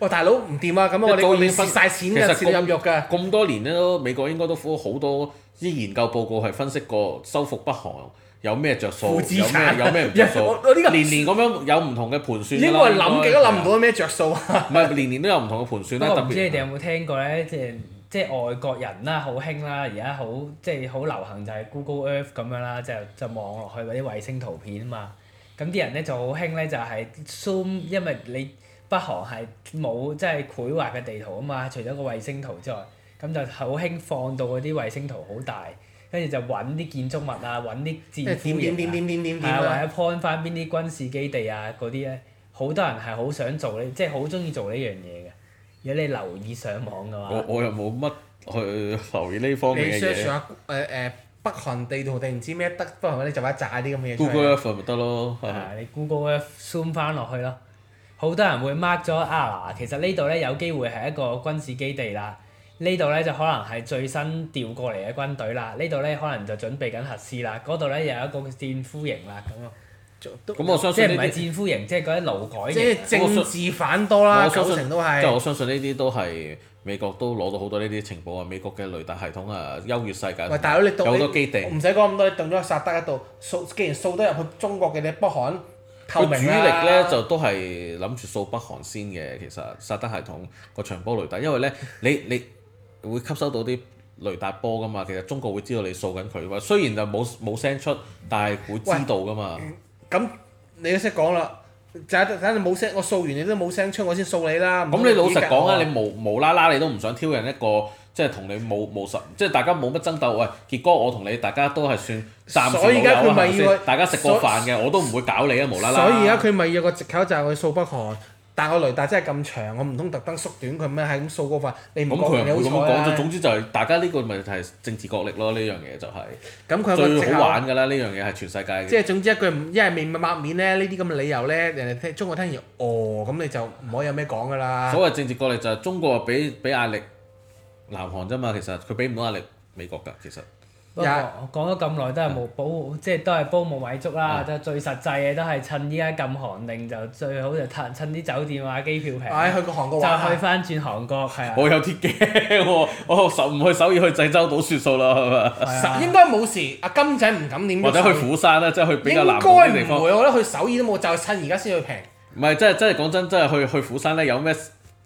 Speaker 2: 喂，大佬唔掂啊！咁我
Speaker 1: 一早
Speaker 2: 哋
Speaker 1: 已經
Speaker 2: 你蝕
Speaker 1: 分
Speaker 2: 晒錢㗎，
Speaker 1: 其實
Speaker 2: 蝕到入肉㗎。
Speaker 1: 咁多年咧，都美國應該都好多啲研究報告係分析過收復北韓有咩着數，
Speaker 2: 負資
Speaker 1: 有
Speaker 2: 產
Speaker 1: 咩有咩唔 着數
Speaker 2: 我我呢個，
Speaker 1: 年年咁樣有唔同嘅盤算㗎
Speaker 2: 應
Speaker 1: 啦。
Speaker 2: 該係諗極都諗唔
Speaker 1: 到，
Speaker 2: 到咩着數啊！
Speaker 1: 唔係年年都有唔同嘅盤算啦。
Speaker 3: 不
Speaker 1: 特
Speaker 3: 過唔知你
Speaker 1: 別
Speaker 3: 哋有冇聽過咧？即係即係外國人啦，好興啦，而家好即係好流行就係 Google Earth 咁樣啦，就就望落去嗰啲衛星圖片啊嘛。咁啲人咧就好興咧，就係 zoom，因為你北韓係冇即係繪畫嘅地圖啊嘛，除咗個衛星圖之外，咁就好興放到嗰啲衛星圖好大，跟住就揾啲建築物啊，揾啲
Speaker 2: 即
Speaker 3: 戰
Speaker 2: 係點點
Speaker 3: 俘營
Speaker 2: 點
Speaker 3: 啊
Speaker 2: 點點點
Speaker 3: 係
Speaker 2: 點
Speaker 3: 啊，
Speaker 2: 啊！
Speaker 3: 或者 point 翻邊啲軍事基地啊嗰啲咧，好多人係好想做呢，即係好中意做呢樣嘢嘅。如果你留意上網嘅
Speaker 1: 我
Speaker 3: 話，
Speaker 1: 我又冇乜去留意呢方
Speaker 2: 你
Speaker 1: 面嘅
Speaker 2: search
Speaker 1: 嘢。
Speaker 2: 下誒誒北韓地圖定唔知咩德北韓咧就話炸啲咁嘅嘢出嚟
Speaker 1: Google Earth 咪得咯，係
Speaker 3: 啊，你 Google Earth zoom 翻落去咯，好多人會 mark 咗啊嗱，其實呢度咧有機會係一個軍事基地啦。呢度咧就可能係最新調過嚟嘅軍隊啦，呢度咧可能就準備緊核試啦，嗰度咧又有一個戰俘營啦咁啊，
Speaker 2: 做都
Speaker 1: 咁我相
Speaker 3: 即
Speaker 1: 信
Speaker 3: 係
Speaker 1: 呢
Speaker 3: 唔係
Speaker 1: 啲，
Speaker 3: 戰俘營，即係嗰啲勞改
Speaker 2: 即
Speaker 3: 營啊
Speaker 2: 係政治反多啦，
Speaker 1: 我相
Speaker 2: 九
Speaker 1: 信
Speaker 2: 成都
Speaker 1: 即係
Speaker 2: 係。
Speaker 1: 我相信呢啲都係美國都攞到好多呢啲情報啊！美國嘅雷達系統啊，優越世界，
Speaker 2: 喂，大佬你
Speaker 1: 有好
Speaker 2: 動
Speaker 1: 多基地，
Speaker 2: 唔使講咁多，你動咗去薩德嗰度掃，既然掃得入去中國嘅你北韓
Speaker 1: 佢
Speaker 2: 透明啊
Speaker 1: 主力
Speaker 2: 啦
Speaker 1: 咧就都係諗住掃北韓先嘅。其實薩德系統個長波雷達，因為咧你你會吸收到啲雷達波噶嘛，其實中國會知道你掃緊佢嘛。雖然就冇冇聲出，但係會知道噶嘛。
Speaker 2: 咁你都識講啦。就係等你冇聲，我掃完你都冇聲出，我先掃你啦。唔通
Speaker 1: 咁你老實講啊，
Speaker 2: 自己夾我
Speaker 1: 你無無啦啦你都唔想挑人一個，即係同你冇冇實，即係大家冇乜爭鬥。喂，傑哥，我同你大家都係算暫時
Speaker 2: 所以而
Speaker 1: 老友啊
Speaker 2: 家佢
Speaker 1: 係
Speaker 2: 咪
Speaker 1: 咪先
Speaker 2: 要佢
Speaker 1: 大家食過飯嘅，我都唔會搞你啊，無啦啦。
Speaker 2: 所以而家佢咪有個藉口就係我掃北韓，但我雷達真係咁長，我唔通特登縮短佢咩？係咁掃嗰塊，你
Speaker 1: 咁
Speaker 2: 唔
Speaker 1: 佢
Speaker 2: 覺
Speaker 1: 又
Speaker 2: 你
Speaker 1: 唔會咁
Speaker 2: 好
Speaker 1: 樣講，
Speaker 2: 彩啊
Speaker 1: 就
Speaker 2: 啦。
Speaker 1: 總之就係大家呢個咪係政治角力咯，呢樣嘢就係
Speaker 2: 咁佢有個藉
Speaker 1: 最好
Speaker 2: 口，
Speaker 1: 玩㗎啦，呢樣嘢係全世界嘅
Speaker 2: 即。係總之一句唔一係面抹面咧，呢啲咁嘅理由咧，人哋聽中國聽完哦，咁你就唔可以有咩講㗎啦。
Speaker 1: 所謂政治角力就係中國俾俾壓力南韓啫嘛，其實佢俾唔到壓力美國㗎，其實。
Speaker 3: 不過我講咗咁耐都係冇煲，即係都係煲無米粥啦。就最實際嘅都係趁依家禁韓令，就最好就趁趁啲酒店啊、機票平，
Speaker 2: 唉，去個韓國
Speaker 3: 就
Speaker 2: 玩
Speaker 3: 去
Speaker 2: 下，
Speaker 3: 翻轉韓國係啊。
Speaker 1: 我有啲驚喎，我首唔去首爾去濟州島算數啦，係咪？
Speaker 3: 係啊
Speaker 2: 應該冇事。阿金仔唔敢點，
Speaker 1: 或者去釜山啦，即係去比較
Speaker 2: 應
Speaker 1: 南邊嘅
Speaker 2: 該
Speaker 1: 地方
Speaker 2: 唔。會，我覺得去首爾都冇，就係趁而家先去平。
Speaker 1: 唔係，真係真係講真，真係去去釜山咧，有咩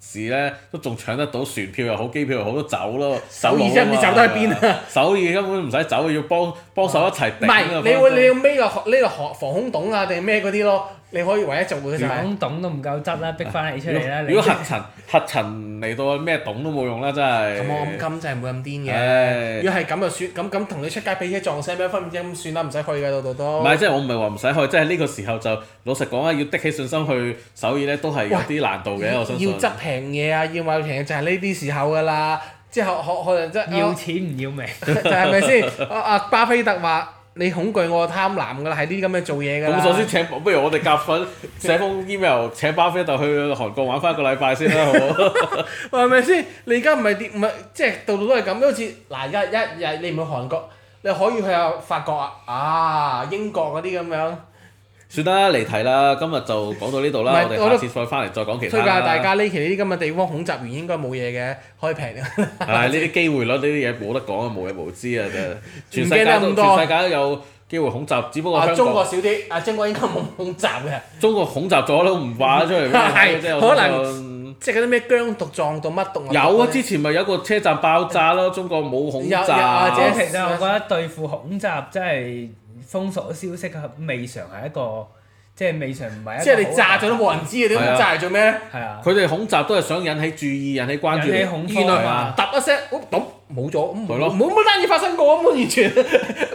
Speaker 1: 事咧都仲搶得到船票又好，機票又好，都走咯。
Speaker 2: 首爾真係唔知走得去邊啊！
Speaker 1: 首爾根本唔使走，要幫幫手一齊
Speaker 2: 唔
Speaker 1: 頂啊
Speaker 2: 係，你會你要孭個航呢個航防空洞啊，定係咩嗰啲咯？你可以唯一做嘅就係。
Speaker 3: 港董都唔夠質啦，逼翻你出嚟啦。
Speaker 1: 如果
Speaker 3: 你
Speaker 1: 核塵 核塵嚟到咩洞都冇用啦，真係。
Speaker 2: 咁我咁金真係唔會咁癲嘅。
Speaker 1: 唉
Speaker 2: 如果係咁就算，咁咁同你出街俾車撞死咩分唔知咁算啦，唔使去嘅到度都。
Speaker 1: 唔係，即係我唔係話唔使去，即係呢個時候就老實講啊，要的起信心去首爾咧，都係有啲難度嘅，我相信。
Speaker 2: 要執平嘢啊，要買平嘢就係呢啲時候㗎啦。之後可可能即係
Speaker 3: 要
Speaker 2: 啊
Speaker 3: 錢唔要命，
Speaker 2: 就係咪先？啊啊巴菲特話：你恐懼我貪婪㗎啦，係呢啲咁嘅做嘢㗎啦。
Speaker 1: 咁首先請，不如我哋夾 份寫封 email 請巴菲特去韓國玩翻一個禮拜先啦，好唔 好？
Speaker 2: 係咪先？你而家唔係啲唔係即係度度都係咁，好似嗱而家一日你唔去韓國，你可以去下法國啊、啊英國嗰啲咁樣。
Speaker 1: 算啦，離題啦，今日就講到呢度啦，
Speaker 2: 唔
Speaker 1: 我
Speaker 2: 係
Speaker 1: 哋
Speaker 2: 我都
Speaker 1: 下次再翻嚟再講其他
Speaker 2: 推介
Speaker 1: 啦。
Speaker 2: 大家呢期呢啲咁嘅地方恐襲完應該冇嘢嘅，可以平。 啊
Speaker 1: 係呢啲機會率呢啲嘢冇得講啊，無嘢無知啊，真係全世
Speaker 2: 唔記
Speaker 1: 界
Speaker 2: 得
Speaker 1: 都
Speaker 2: 咁多
Speaker 1: 全世界都有機會恐襲，只不過
Speaker 2: 啊，
Speaker 1: 香
Speaker 2: 中國
Speaker 1: 港
Speaker 2: 少啲，啊，中國應該冇恐襲嘅。
Speaker 1: 中國恐襲咗都唔話得出嚟俾你聽啫，
Speaker 2: 係
Speaker 1: 我相
Speaker 2: 可
Speaker 1: 信
Speaker 2: 即係嗰啲咩姜毒撞到乜毒
Speaker 1: 嗯有啊，之
Speaker 2: 之
Speaker 1: 前咪有個車站爆炸咯，中國冇恐
Speaker 2: 嗯有有啊
Speaker 3: 即係
Speaker 1: 襲，
Speaker 3: 其實我覺得對付恐襲真係封鎖消息啊未嘗係一個，即係未嘗唔係一個。
Speaker 2: 即係你炸咗都。冇人知嘅，你
Speaker 1: 啊係啊
Speaker 2: 咁炸嚟做咩咧？
Speaker 3: 係啊，
Speaker 1: 佢哋恐襲都係想引起注意、引起關注
Speaker 3: 引起恐
Speaker 1: 你。
Speaker 3: 慌
Speaker 2: 原來
Speaker 3: 啊！
Speaker 2: 揼一聲，哦咁冇咗，咁
Speaker 1: 係咯
Speaker 2: 冇冇乜單嘢發生過，咁完全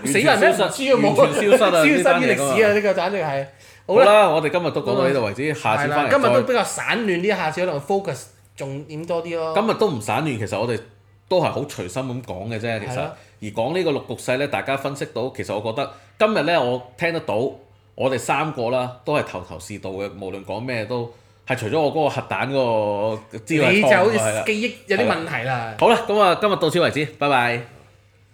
Speaker 2: 死人咩？唔知
Speaker 1: 消
Speaker 2: 啊，
Speaker 1: 失
Speaker 2: 冇
Speaker 1: 完全消失啊呢
Speaker 2: 消
Speaker 1: 單
Speaker 2: 失
Speaker 1: 嘢
Speaker 2: 於歷史啊！呢個簡直係好啦，啊
Speaker 1: 啦，我哋今日都講到呢度為止，下
Speaker 2: 係
Speaker 1: 次
Speaker 2: 啦
Speaker 1: 翻，嚟
Speaker 2: 今日都
Speaker 1: 再。
Speaker 2: 比較散亂啲，下次可能 focus 重點多啲咯。
Speaker 1: 今日都唔散亂，其實我哋都係好隨心咁講嘅啫。其
Speaker 2: 係
Speaker 1: 實
Speaker 2: 啦
Speaker 1: 而講呢個六局勢咧，大家分析到，其實我覺得今日咧，我聽得到我哋三個啦，都係頭頭是道嘅，無論講咩都係除咗我嗰個核彈嗰個資料係
Speaker 2: 你就
Speaker 1: 錯
Speaker 2: 好
Speaker 1: 嘅
Speaker 2: 似
Speaker 1: 係啦。
Speaker 2: 記憶有啲問題啦。
Speaker 1: 好啦，咁啊，今日到此為止，拜拜。